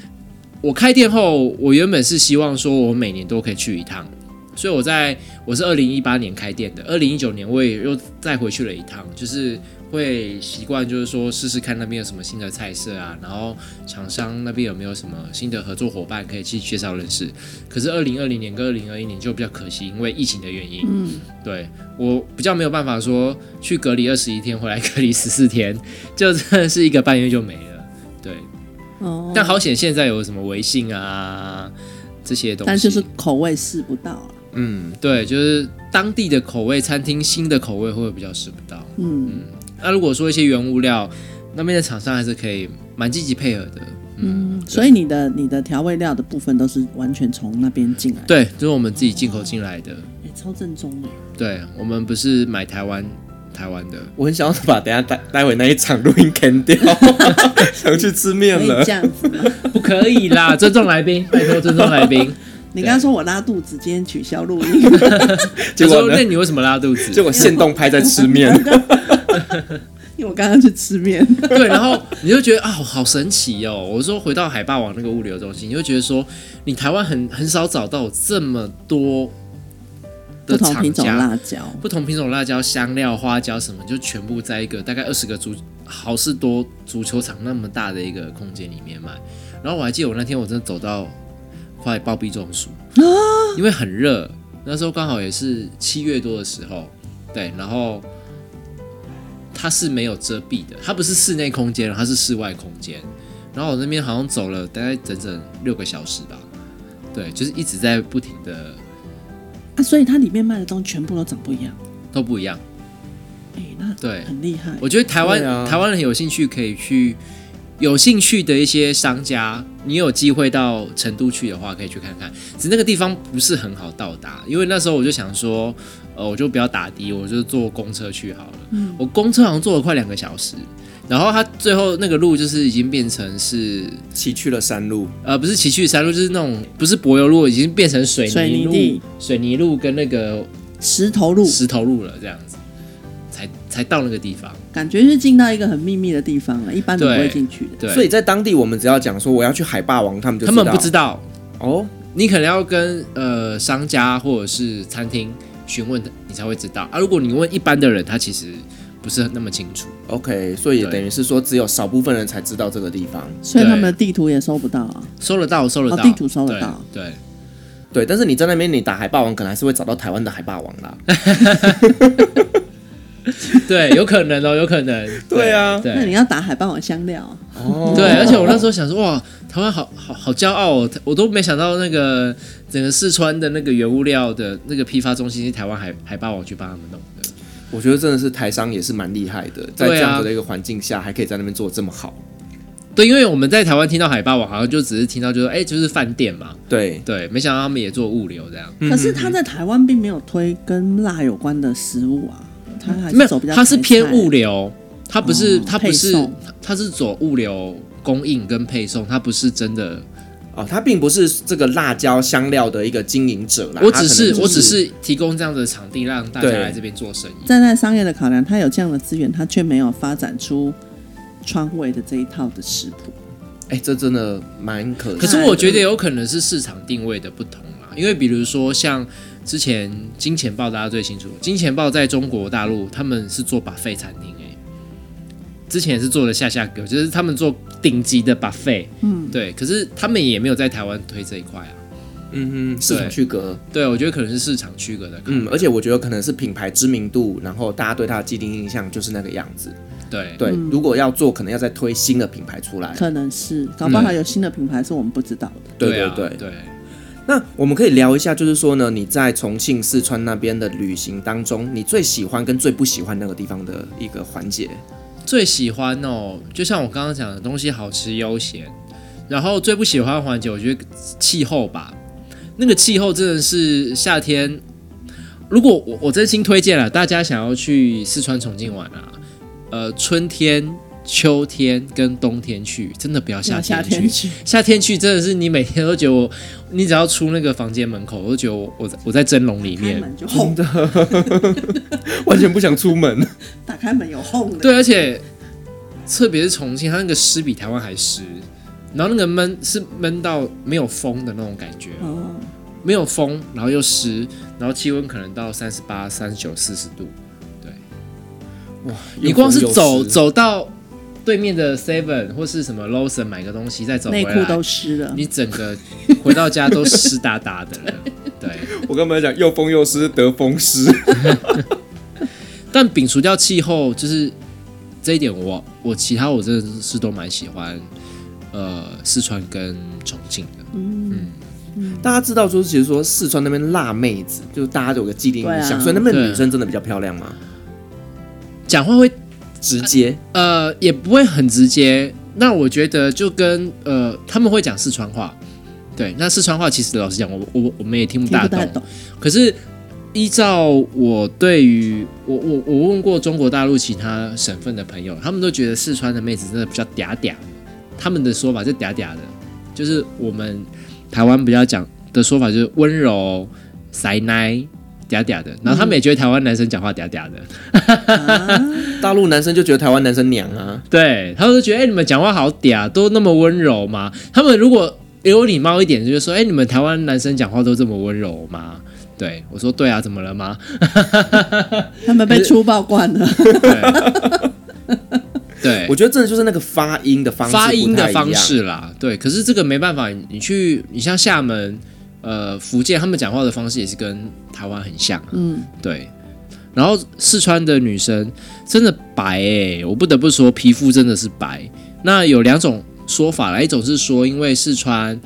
Speaker 4: 我开店后，我原本是希望说我每年都可以去一趟，所以我在我是二零一八年开店的，二零一九年我也又再回去了一趟，就是会习惯就是说试试看那边有什么新的菜色啊，然后厂商那边有没有什么新的合作伙伴可以去介绍认识。可是二零二零年跟二零二一年就比较可惜，因为疫情的原因，嗯，对我比较没有办法说去隔离二十一天，回来隔离十四天，就真的是一个半月就没了。对，
Speaker 3: 哦，
Speaker 4: 但好险现在有什么微信啊这些东西，
Speaker 3: 但就是口味试不到啊，
Speaker 2: 嗯，
Speaker 4: 对，就是当地的口味餐厅新的口味会比较吃不到。
Speaker 3: 嗯，
Speaker 4: 那如果说一些原物料，那边的厂商还是可以蛮积极配合的。嗯，
Speaker 3: 所以你的你的调味料的部分都是完全从那边进来的，
Speaker 4: 对，就是我们自己进口进来的。
Speaker 3: 哎，超正宗的，
Speaker 4: 对，我们不是买台湾台湾的。
Speaker 2: 我很想要把等一下待待会那一场录音砍掉， 想去吃面
Speaker 3: 可以
Speaker 2: 了
Speaker 3: 这。样子 吗？
Speaker 4: 不可以啦，尊重来宾，拜托尊重来 宾。
Speaker 3: 你刚刚说我拉肚子，今天取消录 音，
Speaker 2: 结
Speaker 4: 我
Speaker 2: 果
Speaker 4: 说
Speaker 2: 呢
Speaker 4: 那你为什么拉肚子？
Speaker 2: 结果现动拍在吃面，
Speaker 3: 因为我刚刚去吃 面，
Speaker 4: 对，然后你就觉得啊、好神奇哦！我说回到海霸王那个物流中心，你就觉得说，你台湾很很少找到有这么多
Speaker 3: 不
Speaker 4: 的
Speaker 3: 同
Speaker 4: 厂
Speaker 3: 品种
Speaker 4: 家，
Speaker 3: 辣椒，
Speaker 4: 不同品种辣椒、香料、花椒什么，就全部在一个大概二十个主好事多足球场那么大的一个空间里面卖。然后我还记得我那天我真的走到快暴毙中暑，因为很热，那时候刚好也是七月多的时候，对，然后它是没有遮蔽的，它不是室内空间，它是室外空间。然后我那边好像走了大概整整六个小时吧，对，就是一直在不停的
Speaker 3: 啊，所以它里面卖的东西全部都长不一样。
Speaker 4: 都不一样。
Speaker 3: 哎，那
Speaker 4: 对
Speaker 3: 很厉害。
Speaker 4: 我觉得台湾、
Speaker 2: 对啊
Speaker 4: 台湾人有兴趣可以去，有兴趣的一些商家，你有机会到成都去的话，可以去看看。只是那个地方不是很好到达，因为那时候我就想说，呃，我就不要打的，我就坐公车去好了。
Speaker 2: 嗯
Speaker 4: 我公车好像坐了快两个小时，然后它最后那个路就是已经变成是
Speaker 2: 崎岖的山路，
Speaker 4: 呃，不是崎岖山路，就是那种不是柏油路，已经变成水
Speaker 3: 水
Speaker 4: 泥
Speaker 3: 泥
Speaker 4: 路、
Speaker 3: 地
Speaker 4: 水泥路跟那个
Speaker 3: 石头路
Speaker 4: 石头路了，这样子，才才到那个地方。
Speaker 3: 感觉是进到一个很秘密的地方了，一般人不会
Speaker 4: 对
Speaker 3: 进去的。
Speaker 4: 对，
Speaker 2: 所以在当地我们只要讲说我要去海霸王，他们就
Speaker 4: 他们不知道，
Speaker 2: 哦，
Speaker 4: 你可能要跟呃商家或者是餐厅询问，你才会知道啊。如果你问一般的人，他其实不是那么清楚。
Speaker 2: OK，所以
Speaker 4: 对
Speaker 2: 等于是说，只有少部分人才知道这个地方。
Speaker 3: 所以
Speaker 4: 对
Speaker 3: 他们的地图也搜不到啊。
Speaker 4: 收得到，收得
Speaker 3: 哦
Speaker 4: 到，
Speaker 3: 地图收得到
Speaker 4: 对。对，
Speaker 2: 对，但是你在那边你打海霸王，可能还是会找到台湾的海霸王啦。
Speaker 4: 对，有可能哦，有可能。
Speaker 2: 对啊
Speaker 4: 对
Speaker 3: 哦那你要打海霸王香料啊，
Speaker 2: 哦
Speaker 4: 对，而且我那时候想说，哇，台湾好好好骄傲、哦，我都没想到那个整个四川的那个原物料的那个批发中心是台湾海海霸王去帮他们弄的。
Speaker 2: 我觉得真的是台商也是蛮厉害的，在这
Speaker 4: 啊
Speaker 2: 样子的一个环境下，还可以在那边做得这么好。
Speaker 4: 对，因为我们在台湾听到海霸王，好像就只是听到就是哎、就是饭店嘛，
Speaker 2: 对，
Speaker 4: 对，没想到他们也做物流这样。
Speaker 3: 可是他在台湾并没有推跟辣有关的食物啊，他还
Speaker 4: 没
Speaker 3: 是走
Speaker 4: 有
Speaker 3: 比，较
Speaker 4: 它是偏
Speaker 3: 流，
Speaker 4: 物流，它不是、
Speaker 3: 哦
Speaker 4: 它不
Speaker 3: 配
Speaker 4: 是
Speaker 3: 送
Speaker 4: 它它是走物流供应跟配送，它不是真的。
Speaker 2: 哦，他并不是这个辣椒香料的一个经营者啦，
Speaker 4: 我
Speaker 2: 他
Speaker 4: 只
Speaker 2: 可能
Speaker 4: 是
Speaker 2: 就
Speaker 4: 我只是提供这样的场地让大家
Speaker 2: 对
Speaker 4: 来这边做生意。
Speaker 3: 站在商业的考量，他有这样的资源，他却没有发展出川味的这一套的食谱。
Speaker 2: 哎、这真的蛮可惜的。
Speaker 4: 可是我觉得有可能是市场定位的不同啦，因为比如说像之前金钱豹，大家最清楚，金钱豹在中国大陆他们是做 buffet 餐厅诶、之前也是做了下下格，就是他们做顶级的 buffet，嗯，对，可是他们也没有在台湾推这一块啊。
Speaker 2: 嗯哼，市场区隔，
Speaker 4: 对，我觉得可能是市场区隔的考量，
Speaker 2: 嗯，而且我觉得可能是品牌知名度，然后大家对它的既定印象就是那个样子。
Speaker 4: 对
Speaker 2: 对，
Speaker 3: 嗯
Speaker 2: 如果要做，可能要再推新的品牌出来。
Speaker 3: 可能是，搞不好有新的品牌是我们不知道 的。
Speaker 2: 对
Speaker 4: 对
Speaker 2: 对
Speaker 4: 啊
Speaker 2: 对。
Speaker 4: 对，
Speaker 2: 那我们可以聊一下，就是说呢，你在重庆、四川那边的旅行当中，你最喜欢跟最不喜欢那个地方的一个环节。
Speaker 4: 最喜欢哦，就像我刚刚讲的，东西好吃悠闲，然后最不喜欢的环节，我觉得气候吧，那个气候真的是夏天。如果我我真心推荐了大家想要去四川重庆玩啊，呃，春天、秋天跟冬天去，真的不要夏
Speaker 3: 夏
Speaker 4: 天去。
Speaker 3: 天去，
Speaker 4: 夏天去真的是你每天都觉得我，你只要出那个房间门口，我就觉得我我在我在蒸笼里
Speaker 3: 开
Speaker 4: 面。嗯
Speaker 3: 门就轰，
Speaker 2: 完全不想出 门。
Speaker 3: 打开门有轰的。
Speaker 4: 对，而且特别是重庆，它那个湿比台湾还湿，然后那个闷是闷到没有风的那种感觉，
Speaker 3: 哦，
Speaker 4: 没有风，然后又湿，然后气温可能到三十八、三十九、四十度。你光是走，走到对面的 Seven 或是什么 Lawson 买个东西，再走
Speaker 3: 内
Speaker 4: 回
Speaker 3: 裤
Speaker 4: 来
Speaker 3: 都，湿了。
Speaker 4: 你整个回到家都湿哒哒的 了。对，
Speaker 2: 我刚才讲又风又湿，得风湿。
Speaker 4: 但摒除掉气候，就是这一点我，我其他我真的是都蛮喜欢，呃，四川跟重庆的。
Speaker 2: 大家知道，就是其实说四川那边辣妹子，就是大家都有个既定印
Speaker 3: 对
Speaker 2: 象，
Speaker 3: 啊
Speaker 2: 所以那边的
Speaker 4: 对
Speaker 2: 女生真的比较漂亮嘛，
Speaker 4: 讲话会
Speaker 2: 直接。
Speaker 4: 呃也不会很直接。那我觉得就跟呃他们会讲四川话，对，那四川话其实老实讲，我我我们也听不
Speaker 3: 听
Speaker 4: 大
Speaker 3: 不
Speaker 4: 懂。
Speaker 3: 太懂，
Speaker 4: 可是依照我对于我我我问过中国大陆其他省份的朋友，他们都觉得四川的妹子真的比较嗲嗲，他们的说法是嗲嗲的，就是我们台湾比较讲的说法就是温柔、塞奶、嗲嗲的，然后他们也觉得台湾男生讲话嗲嗲的。
Speaker 2: 大陆男生就觉得台湾男生娘啊，
Speaker 4: 对，他们就觉得哎、你们讲话好嗲，都那么温柔吗？他们如果有礼貌一点，就是说，哎、你们台湾男生讲话都这么温柔吗？对，我说对啊，怎么了吗？
Speaker 3: 他们被粗暴惯了。
Speaker 4: 对，对
Speaker 2: 我，觉得真的就是那个发音的方式，
Speaker 4: 哎发音的方。式啦，对。可是这个没办法，你去你像厦门、呃福建，他们讲话的方式也是跟台湾很像、啊， 嗯，对。然后四川的女生真的白诶、我不得不说皮肤真的是白。那有两种说法啦，一种是说因为四川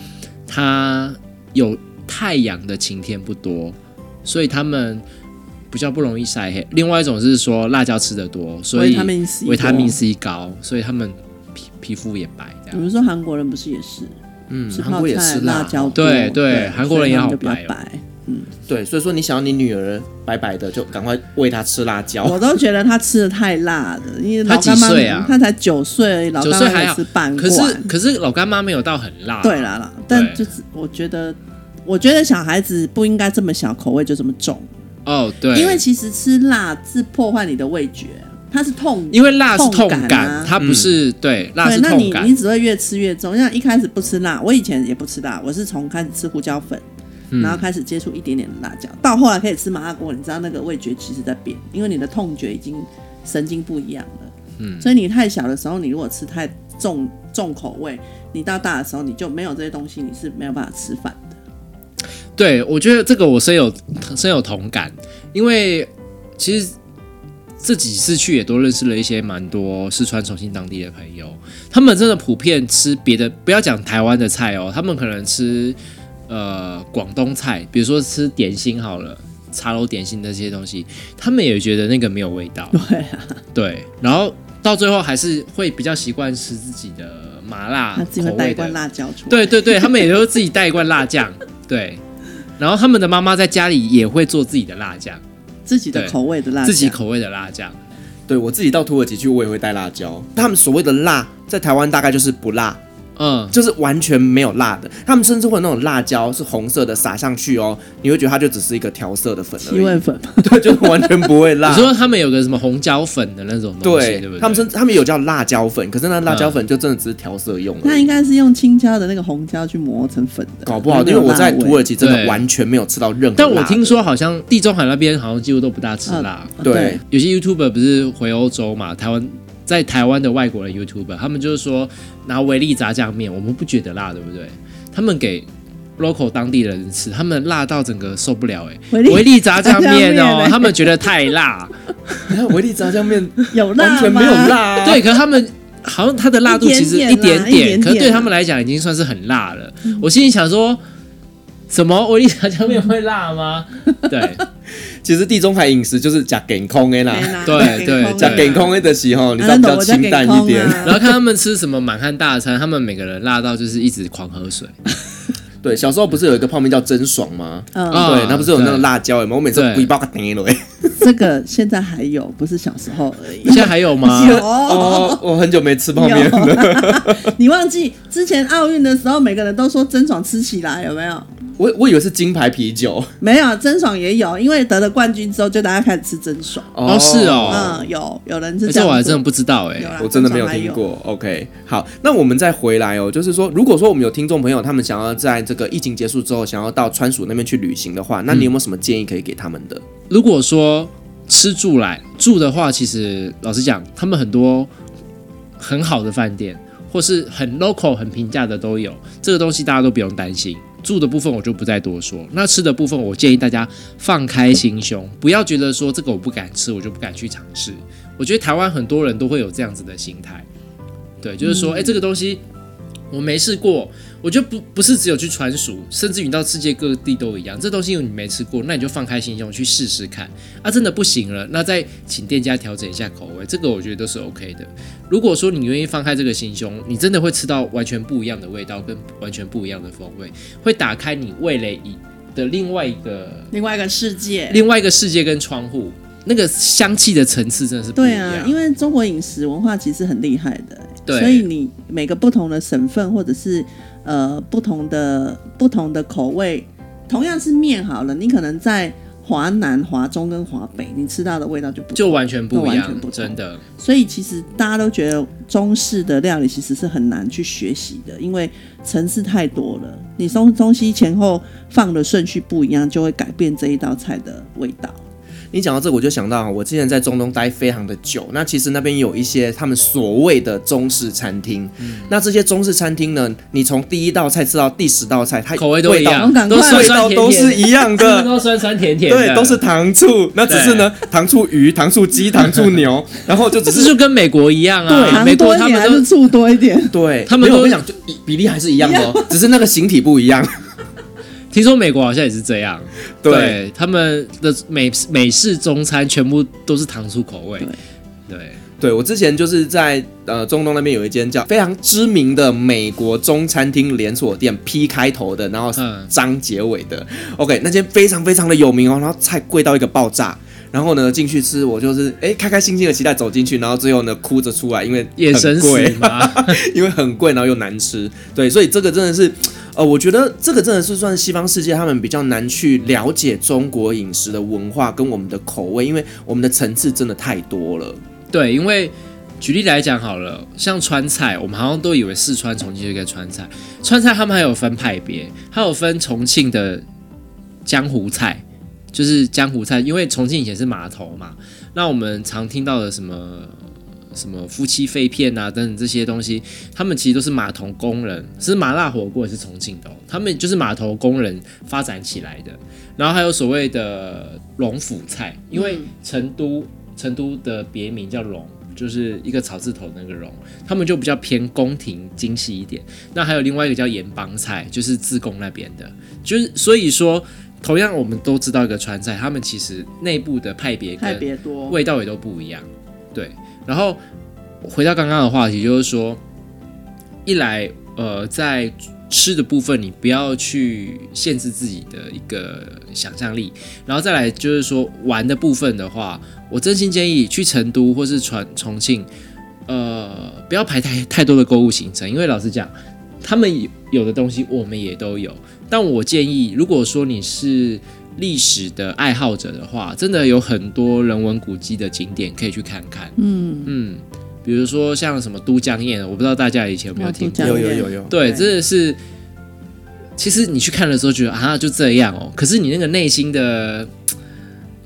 Speaker 4: 它有太阳的晴天不多，所以他们比较不容易晒黑。另外一种是说辣椒吃的多，所以
Speaker 3: 维他命 C
Speaker 4: 维他命
Speaker 3: 多
Speaker 4: C 高，所以他们皮皮肤也白这
Speaker 3: 我
Speaker 4: 样。
Speaker 3: 们说韩国人不是也是，
Speaker 2: 嗯，
Speaker 3: 吃
Speaker 2: 韩
Speaker 3: 泡
Speaker 2: 国也
Speaker 3: 菜啊
Speaker 2: 是
Speaker 3: 辣
Speaker 2: 辣
Speaker 3: 椒多，
Speaker 4: 对对韩国人也好
Speaker 3: 所以他们就比较
Speaker 4: 白哦
Speaker 3: 白。
Speaker 2: 对，所以说你想要你女儿白白的，就赶快喂她吃辣椒。
Speaker 3: 我都觉得他吃的太辣了，因为
Speaker 4: 他
Speaker 3: 老
Speaker 4: 几
Speaker 3: 干妈
Speaker 4: 岁啊
Speaker 3: 他才九岁而已，老
Speaker 4: 九
Speaker 3: 干
Speaker 4: 岁
Speaker 3: 妈
Speaker 4: 还
Speaker 3: 也
Speaker 4: 好
Speaker 3: 吃半
Speaker 4: 可
Speaker 3: 罐。
Speaker 4: 是可是老干妈没有到很辣，
Speaker 3: 嗯对啦啦，但就是我觉得，我觉得小孩子不应该这么小口味就这么重，
Speaker 4: 哦对，
Speaker 3: 因为其实吃辣是破坏你的味觉，它是痛，
Speaker 4: 因为辣是痛
Speaker 3: 痛感啊
Speaker 4: 它不是对辣
Speaker 3: 对，
Speaker 4: 是
Speaker 3: 那
Speaker 4: 痛
Speaker 3: 你
Speaker 4: 感
Speaker 3: 你，只会越吃越重。像一开始不吃辣，我以前也不吃辣，我是从开始吃胡椒粉，然后开始接触一点点的辣椒，到后来可以吃麻辣锅，你知道那个味觉其实在变，因为你的痛觉已经神经不一样了。嗯，所以你太小的时候，你如果吃太重重口味，你到大的时候你就没有这些东西，你是没有办法吃饭的。
Speaker 4: 对我觉得这个我深有深有同感，因为其实这几次去也都认识了一些蛮多四川重庆当地的朋友，他们真的普遍吃别的，不要讲台湾的菜哦，他们可能吃呃广东菜，比如说吃点心好了，茶楼点心这些东西，他们也觉得那个没有味道，
Speaker 3: 对啊，
Speaker 4: 对，然后到最后还是会比较习惯吃自己的麻辣
Speaker 3: 他自己会
Speaker 4: 啊口
Speaker 3: 带一
Speaker 4: 味
Speaker 3: 罐
Speaker 4: 的。
Speaker 3: 辣椒出来。
Speaker 4: 对对对，他们也都自己带一罐辣酱，对。然后他们的妈妈在家里也会做自己的辣酱，
Speaker 3: 自己的
Speaker 4: 对
Speaker 3: 口味的辣椒，
Speaker 4: 自己口味的辣酱。
Speaker 2: 对我自己到土耳其去，我也会带辣椒。他们所谓的辣，在台湾大概就是不辣，
Speaker 4: 嗯，
Speaker 2: 就是完全没有辣的。他们甚至会有那种辣椒是红色的撒上去哦，你会觉得它就只是一个调色的粉而
Speaker 3: 七
Speaker 2: 已，
Speaker 3: 味粉 嘛，
Speaker 2: 对，就是完全不会
Speaker 4: 你
Speaker 2: 辣。
Speaker 4: 说他们有个什么红椒粉的那种东西，对
Speaker 2: 对
Speaker 4: 不对？嗯
Speaker 2: 他们甚他们有叫辣椒粉，可是那辣椒粉就真的只是调色用
Speaker 3: 那
Speaker 2: 而已
Speaker 3: 应。该是用青椒的那个红椒去磨成粉的。
Speaker 2: 搞不好，因
Speaker 3: 没
Speaker 2: 为
Speaker 3: 有
Speaker 2: 我在
Speaker 3: 辣味
Speaker 2: 土耳其真的
Speaker 4: 对
Speaker 2: 完全没有吃到任何。
Speaker 4: 但我听，说好像地中海那边好像几乎都不大吃辣。
Speaker 3: 嗯
Speaker 2: 对
Speaker 3: 对
Speaker 4: 有些 YouTuber 不是回欧洲嘛，台湾在台湾的外国人 YouTuber，他们就是说拿维力炸酱面，我们不觉得辣，对不对？他们给 local 当地人吃，他们辣到整个受不了哎、
Speaker 3: 维力
Speaker 4: 维力炸酱
Speaker 3: 炸
Speaker 4: 面
Speaker 3: 酱
Speaker 4: 哦、
Speaker 3: 面欸
Speaker 4: 他们觉得太辣，
Speaker 2: 你 看维力炸酱面
Speaker 3: 有辣
Speaker 2: 完全
Speaker 3: 吗
Speaker 2: 没有。辣、啊，
Speaker 4: 对，可是他们好像它的辣度其实
Speaker 3: 一点点
Speaker 4: 点
Speaker 3: 啦一点点啊嗯
Speaker 4: 可是对他们来讲已经算是很辣了。我心里想说，什么维力炸酱面会 辣吗？对，
Speaker 2: 其实地中海饮食就是假健康的啦，
Speaker 4: 对对
Speaker 2: 假
Speaker 4: 对
Speaker 2: 健康的就是吼，你知道
Speaker 3: 啊那
Speaker 2: 比
Speaker 3: 懂
Speaker 2: 较
Speaker 3: 我叫
Speaker 2: 清淡
Speaker 3: 健
Speaker 2: 一
Speaker 3: 康
Speaker 2: 点。
Speaker 4: 然
Speaker 3: 啊。
Speaker 4: 后看他们吃什么满汉大餐，他们每个人辣到就是一直狂喝水。
Speaker 2: 对，小时候不是有一个泡面叫真爽吗？
Speaker 3: 嗯，
Speaker 4: 啊
Speaker 2: 对，那不是有那个
Speaker 4: 对
Speaker 2: 辣椒吗？我每次
Speaker 4: 对
Speaker 2: 不一包个顶了。
Speaker 3: 这个现在还有，不是小时候而已
Speaker 4: 现。在还有 吗？
Speaker 3: 有，
Speaker 2: 哦， 我很久没吃泡面了。
Speaker 3: 你忘记之前奥运的时候，每个人都说真爽吃起来，有没有？
Speaker 2: 我我以为是金牌啤酒。
Speaker 3: 没有，真爽也有，因为得了冠军之后，就大家开始吃真爽。
Speaker 4: 哦是哦
Speaker 3: 嗯，有有人是
Speaker 4: 欸
Speaker 3: 这
Speaker 4: 这
Speaker 3: 样做，
Speaker 4: 我还真的不知道哎、
Speaker 3: 有啦
Speaker 2: 我真的没有
Speaker 3: 真爽还
Speaker 2: 听过。OK，好，那我们再回来哦，就是说，如果说我们有听众朋友他们想要在这个疫情结束之后，想要到川蜀那边去旅行的话，那你有没有什么建议可以给他们的？
Speaker 4: 如果说吃住来住的话，其实老实讲，他们很多很好的饭店，或是很 local、很平价的都有，这个东西大家都不用担心。住的部分我就不再多说，那吃的部分我建议大家放开心胸，不要觉得说这个我不敢吃，我就不敢去尝试。我觉得台湾很多人都会有这样子的心态，对，就是说，哎、这个东西我没试过，我觉得不不是只有去传熟，甚至于到世界各地都一样，这东西你没吃过，那你就放开心胸去试试看。啊，真的不行了，那再请店家调整一下口味，这个我觉得都是 OK 的。如果说你愿意放开这个心胸，你真的会吃到完全不一样的味道，跟完全不一样的风味，会打开你味蕾以的另外一个
Speaker 3: 另外一个世界。
Speaker 4: 另外一个世界跟窗户，那个香气的层次真的是不一
Speaker 3: 对
Speaker 4: 样。
Speaker 3: 啊，因为中国饮食文化其实很厉害的、
Speaker 4: 对
Speaker 3: 所以你每个不同的省份或者是呃不同的不同的口味，同样是面好了，你可能在华南、华中跟华北，你吃到的味道就不
Speaker 4: 就完全不一
Speaker 3: 那完
Speaker 4: 样
Speaker 3: 全不，同
Speaker 4: 真的。
Speaker 3: 所以其实大家都觉得中式的料理其实是很难去学习的，因为层次太多了，你东东西前后放的顺序不一样，就会改变这一道菜的味道。
Speaker 2: 你讲到这个，我就想到我之前在中东待非常的久，那其实那边有一些他们所谓的中式餐厅，
Speaker 4: 嗯
Speaker 2: 那这些中式餐厅呢，你从第一道菜吃到第十道菜，它
Speaker 4: 口味都一样
Speaker 3: 赶，快
Speaker 4: 都酸
Speaker 2: 味
Speaker 4: 酸
Speaker 2: 道
Speaker 4: 甜
Speaker 2: 都
Speaker 4: 甜
Speaker 2: 是
Speaker 4: 的，
Speaker 2: 一样
Speaker 4: 他们
Speaker 2: 的。
Speaker 4: 都 酸酸甜甜的，
Speaker 2: 对，都是糖醋，那只是呢，糖醋鱼、糖醋 鸡、糖醋牛，然后就只
Speaker 4: 这
Speaker 2: 是
Speaker 4: 就跟美国一样啊，
Speaker 3: 糖
Speaker 4: 美
Speaker 3: 多
Speaker 4: 国
Speaker 3: 一
Speaker 4: 他
Speaker 3: 点
Speaker 4: 们
Speaker 3: 还
Speaker 4: 都
Speaker 3: 是醋多一 点？
Speaker 2: 对，
Speaker 4: 他们
Speaker 2: 没有我跟
Speaker 4: 都
Speaker 2: 你讲，就比例还是一样的哦，只是那个形体不一样。
Speaker 4: 听说美国好像也是这样，
Speaker 2: 对
Speaker 4: 他们的美美式中餐全部都是糖醋口味，对，
Speaker 2: 对我之前就是在呃中东那边有一间叫非常知名的美国中餐厅连锁店 P 开头的，然后
Speaker 4: 嗯
Speaker 2: 张结尾的、OK，那间非常非常的有名哦，然后菜贵到一个爆炸。然后呢，进去吃，我就是哎开开心心的期待走进去，然后最后呢哭着出来，因为
Speaker 4: 眼神
Speaker 2: 很
Speaker 4: 死
Speaker 2: 贵，
Speaker 4: 嘛，
Speaker 2: 因为很贵，然后又难吃。对，所以这个真的是，呃，我觉得这个真的是算西方世界他们比较难去了解中国饮食的文化跟我们的口味，因为我们的层次真的太多了。
Speaker 4: 对，因为举例来讲好了，像川菜，我们好像都以为四川、重庆就该川菜，川菜他们还有分派别，还有分重庆的江湖菜，就是江湖菜，因为重庆以前是码头嘛，那我们常听到的什么。什么夫妻肺片啊等等这些东西，他们其实都是码头工人，是麻辣火锅也是重庆的、哦，他们就是码头工人发展起来的。然后还有所谓的龙府菜，因为成都成都的别名叫龙，就是一个草字头那个龙，他们就比较偏宫廷精细一点。那还有另外一个叫盐帮菜，就是自贡那边的，就是所以说。同样，我们都知道一个川菜，他们其实内部的派别跟
Speaker 3: 别多
Speaker 4: 味道也都不一样。对，然后回到刚刚的话题，就是说，一来呃，在吃的部分，你不要去限制自己的一个想象力，然后再来就是说玩的部分的话，我真心建议去成都或是重重庆，呃，不要排太太多的购物行程，因为老实讲，他们有有的东西我们也都有，但我建议，如果说你是历史的爱好者的话，真的有很多人文古迹的景点可以去看看。
Speaker 3: 嗯，
Speaker 4: 嗯，比如说像什么都江堰，我不知道大家以前有没有听
Speaker 3: 这
Speaker 4: 过。
Speaker 3: 样
Speaker 2: 有
Speaker 3: 也
Speaker 2: 有有有，
Speaker 4: 对，
Speaker 3: 对
Speaker 4: 真的是，其实你去看的时候觉得啊就这样哦，可是你那个内心的嘖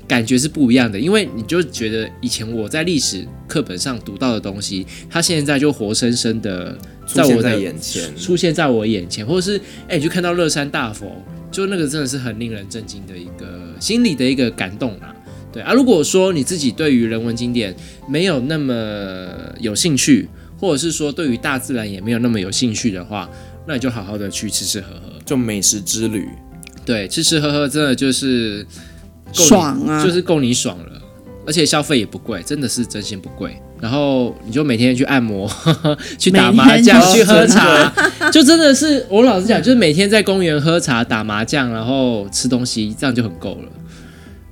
Speaker 4: 感觉是不一样的，因为你就觉得以前我在历史课本上读到的东西，它现在就活生生的
Speaker 2: 出
Speaker 4: 在我
Speaker 2: 现
Speaker 4: 的
Speaker 2: 在眼前。
Speaker 4: 出现在我眼前，或者是哎、你就看到乐山大佛，就那个真的是很令人震惊的一个心里的一个感动啦。对啊，如果说你自己对于人文经典没有那么有兴趣，或者是说对于大自然也没有那么有兴趣的话，那你就好好的去吃吃喝喝。
Speaker 2: 就美食之旅，
Speaker 4: 对，吃吃喝喝真的就是够你
Speaker 3: 爽啊！
Speaker 4: 就是够你爽了，而且消费也不贵，真的是真心不贵。然后你就每天去按摩， 去打麻将
Speaker 3: 每，天
Speaker 4: 去
Speaker 3: 去
Speaker 4: 喝茶， 就真的是我老实讲，就是每天在公园喝茶、打麻将，然后吃东西，这样就很够了。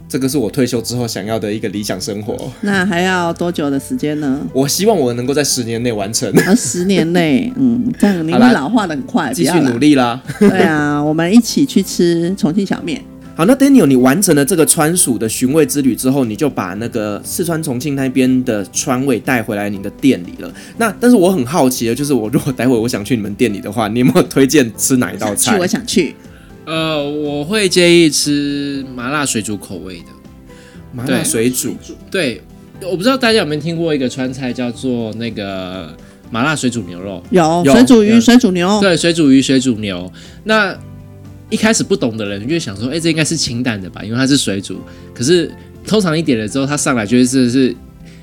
Speaker 2: 这个是我退休之后想要的一个理想生活。
Speaker 3: 那还要多久的时间呢？
Speaker 2: 我希望我能够在十年内完 成，
Speaker 3: 啊，十年 内，嗯，这样你
Speaker 2: 好
Speaker 3: 会
Speaker 2: 啦
Speaker 3: 老化的很快，
Speaker 2: 继
Speaker 3: 不
Speaker 2: 续
Speaker 3: 要啦
Speaker 2: 努。力啦。
Speaker 3: 对啊，我们一起去吃重庆小 面。
Speaker 2: 好，那 Daniel，你完成了这个川蜀的寻味之旅之后，你就把那个四川重庆那边的川味带回来你的店里了。那但是我很好奇的就是，我如果待会我想去你们店里的话，你有没有推荐吃哪一道
Speaker 3: 去，
Speaker 2: 菜
Speaker 3: 我？想去。
Speaker 4: 呃，我会建议吃麻辣水煮口味的。
Speaker 2: 麻辣
Speaker 4: 对
Speaker 2: 水煮，
Speaker 4: 对，我不知道大家有没有听过一个川菜叫做那个麻辣水煮牛肉。
Speaker 3: 有
Speaker 2: 有
Speaker 3: 水煮
Speaker 2: 有
Speaker 3: 鱼、水煮牛，
Speaker 4: 对，水煮鱼、水煮牛。那一开始不懂的人就想说，哎、这应该是清淡的吧，因为它是水煮。可是通常一点了之后，它上来就是是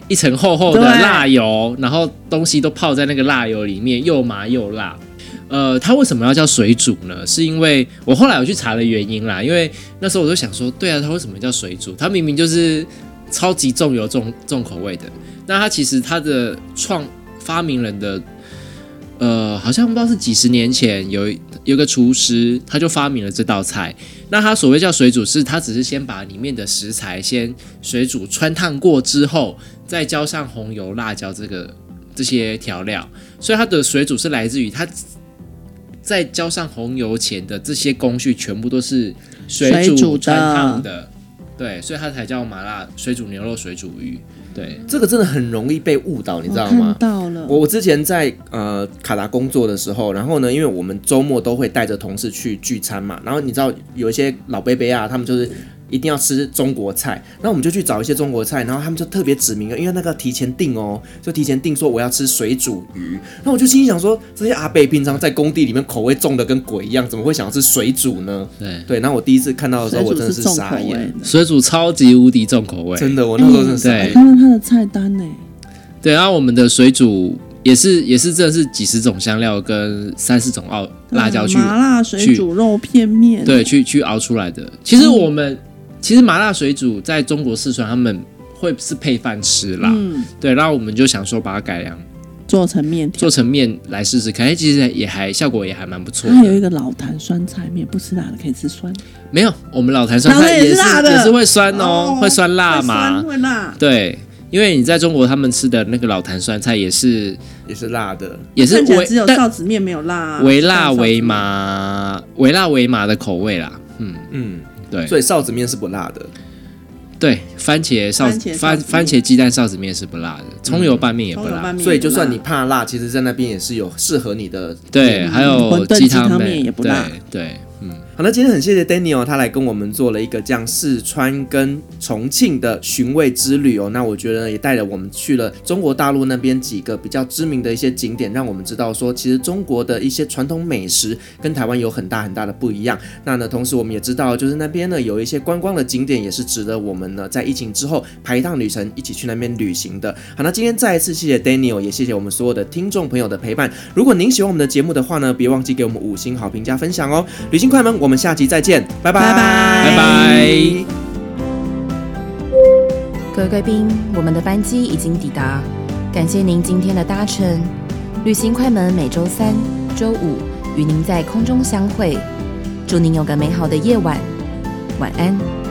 Speaker 4: 一层厚厚的
Speaker 3: 对
Speaker 4: 辣油，然后东西都泡在那个辣油里面，又麻又辣。呃，它为什么要叫水煮呢？是因为我后来我去查了原因啦，因为那时候我就想说，对啊，它为什么叫水煮？它明明就是超级重油重重口味的。那它其实它的创发明人的，呃，好像不知道是几十年前有一有一个厨师，他就发明了这道菜。那他所谓叫水煮，是他只是先把里面的食材先水煮穿烫过之后，再浇上红油、辣椒这个这些调料，所以它的水煮是来自于它在浇上红油前的这些工序全部都是水
Speaker 3: 水煮
Speaker 4: 煮
Speaker 3: 的
Speaker 4: 穿烫的，对，所以它才叫麻辣水煮牛肉、水煮鱼，对。
Speaker 2: 这个真的很容易被误导，你知
Speaker 3: 我
Speaker 2: 道
Speaker 3: 看
Speaker 2: 吗？
Speaker 3: 到了，
Speaker 2: 我我之前在呃卡达工作的时候，然后呢，因为我们周末都会带着同事去聚餐嘛，然后你知道有一些老伯伯啊，他们就是。一定要吃中国菜，那我们就去找一些中国菜，然后他们就特别指明了，因为那个提前订哦，就提前订说我要吃水煮鱼，那我就心里想说，这些阿伯平常在工地里面口味重的跟鬼一样，怎么会想要吃水煮呢？
Speaker 4: 对，
Speaker 2: 对，那我第一次看到的时候，
Speaker 3: 水
Speaker 2: 我
Speaker 3: 煮
Speaker 2: 真的是
Speaker 3: 重口
Speaker 2: 傻
Speaker 3: 味
Speaker 2: 眼，
Speaker 3: 的，哎
Speaker 4: 水煮超级无敌重口味，
Speaker 2: 真的，我那时候真的傻
Speaker 4: 嗯对
Speaker 2: 眼。
Speaker 3: 我看到他的菜单呢，
Speaker 4: 对，然后我们的水煮也是也是真的是几十种香料跟三四种澳辣椒
Speaker 3: 嗯
Speaker 4: 去、
Speaker 3: 啊麻辣水
Speaker 4: 去
Speaker 3: 煮肉片面，
Speaker 4: 对去去熬出来的。其实我
Speaker 3: 嗯
Speaker 4: 们、其实麻辣水煮在中国四川他们会是配饭吃啦，
Speaker 3: 嗯，
Speaker 4: 对，然后我们就想说把它改良
Speaker 3: 做成面条
Speaker 4: 做。成面来试试看，哎，其实也还效果也还蛮不错
Speaker 3: 它还有
Speaker 4: 的。
Speaker 3: 一个老坛酸菜面，不吃辣的可以吃酸，
Speaker 4: 没有，我们老坛酸
Speaker 3: 老
Speaker 4: 菜
Speaker 3: 坛也
Speaker 4: 也
Speaker 3: 是
Speaker 4: 是
Speaker 3: 辣的
Speaker 4: 也是会酸哦，
Speaker 3: 哦
Speaker 4: 会酸辣
Speaker 3: 会
Speaker 4: 嘛
Speaker 3: 酸，会哦辣，
Speaker 4: 对。因为你在中国，他们吃的那个老坛酸菜也是
Speaker 2: 也是辣的，
Speaker 4: 也是
Speaker 3: 看起来
Speaker 4: 微
Speaker 3: 只有
Speaker 4: 但
Speaker 3: 臊子面没有辣啊，
Speaker 4: 微辣
Speaker 3: 只有臊子面
Speaker 4: 微，麻，微辣微麻的口味啦。嗯，
Speaker 2: 嗯，
Speaker 4: 对
Speaker 2: 所以臊子面是不辣的，
Speaker 4: 对，番茄臊
Speaker 3: 番茄
Speaker 4: 子
Speaker 3: 臊
Speaker 4: 番
Speaker 3: 子面
Speaker 4: 番茄鸡蛋臊子面是不辣的，葱油拌面也不
Speaker 3: 葱油
Speaker 4: 辣
Speaker 3: 拌，面也不辣，啊
Speaker 2: 所以就算你怕辣，其实在那边也是有适合你的。
Speaker 4: 对，还有
Speaker 3: 馄饨
Speaker 4: 鸡
Speaker 3: 鸡汤面
Speaker 4: 面
Speaker 3: 也不辣，
Speaker 4: 对对，嗯，
Speaker 2: 好，那今天很谢谢 Daniel，他来跟我们做了一个这样四川跟重庆的寻味之旅哦。那我觉得呢也带着我们去了中国大陆那边几个比较知名的一些景点，让我们知道说，其实中国的一些传统美食跟台湾有很大很大的不一样。那呢，同时我们也知道，就是那边呢有一些观光的景点，也是值得我们呢在疫情之后排一趟旅程，一起去那边旅行的。好，那今天再一次谢谢 Daniel，也谢谢我们所有的听众朋友的陪伴。如果您喜欢我们的节目的话呢，别忘记给我们五星好评加分享哦。旅行快门，我们下期再见，拜拜，
Speaker 3: 拜拜
Speaker 4: 拜拜。
Speaker 1: 各位贵宾，我们的班机已经抵达，感谢您今天的搭乘。旅行快门每周三、周五与您在空中相会，祝您有个美好的夜晚，晚安。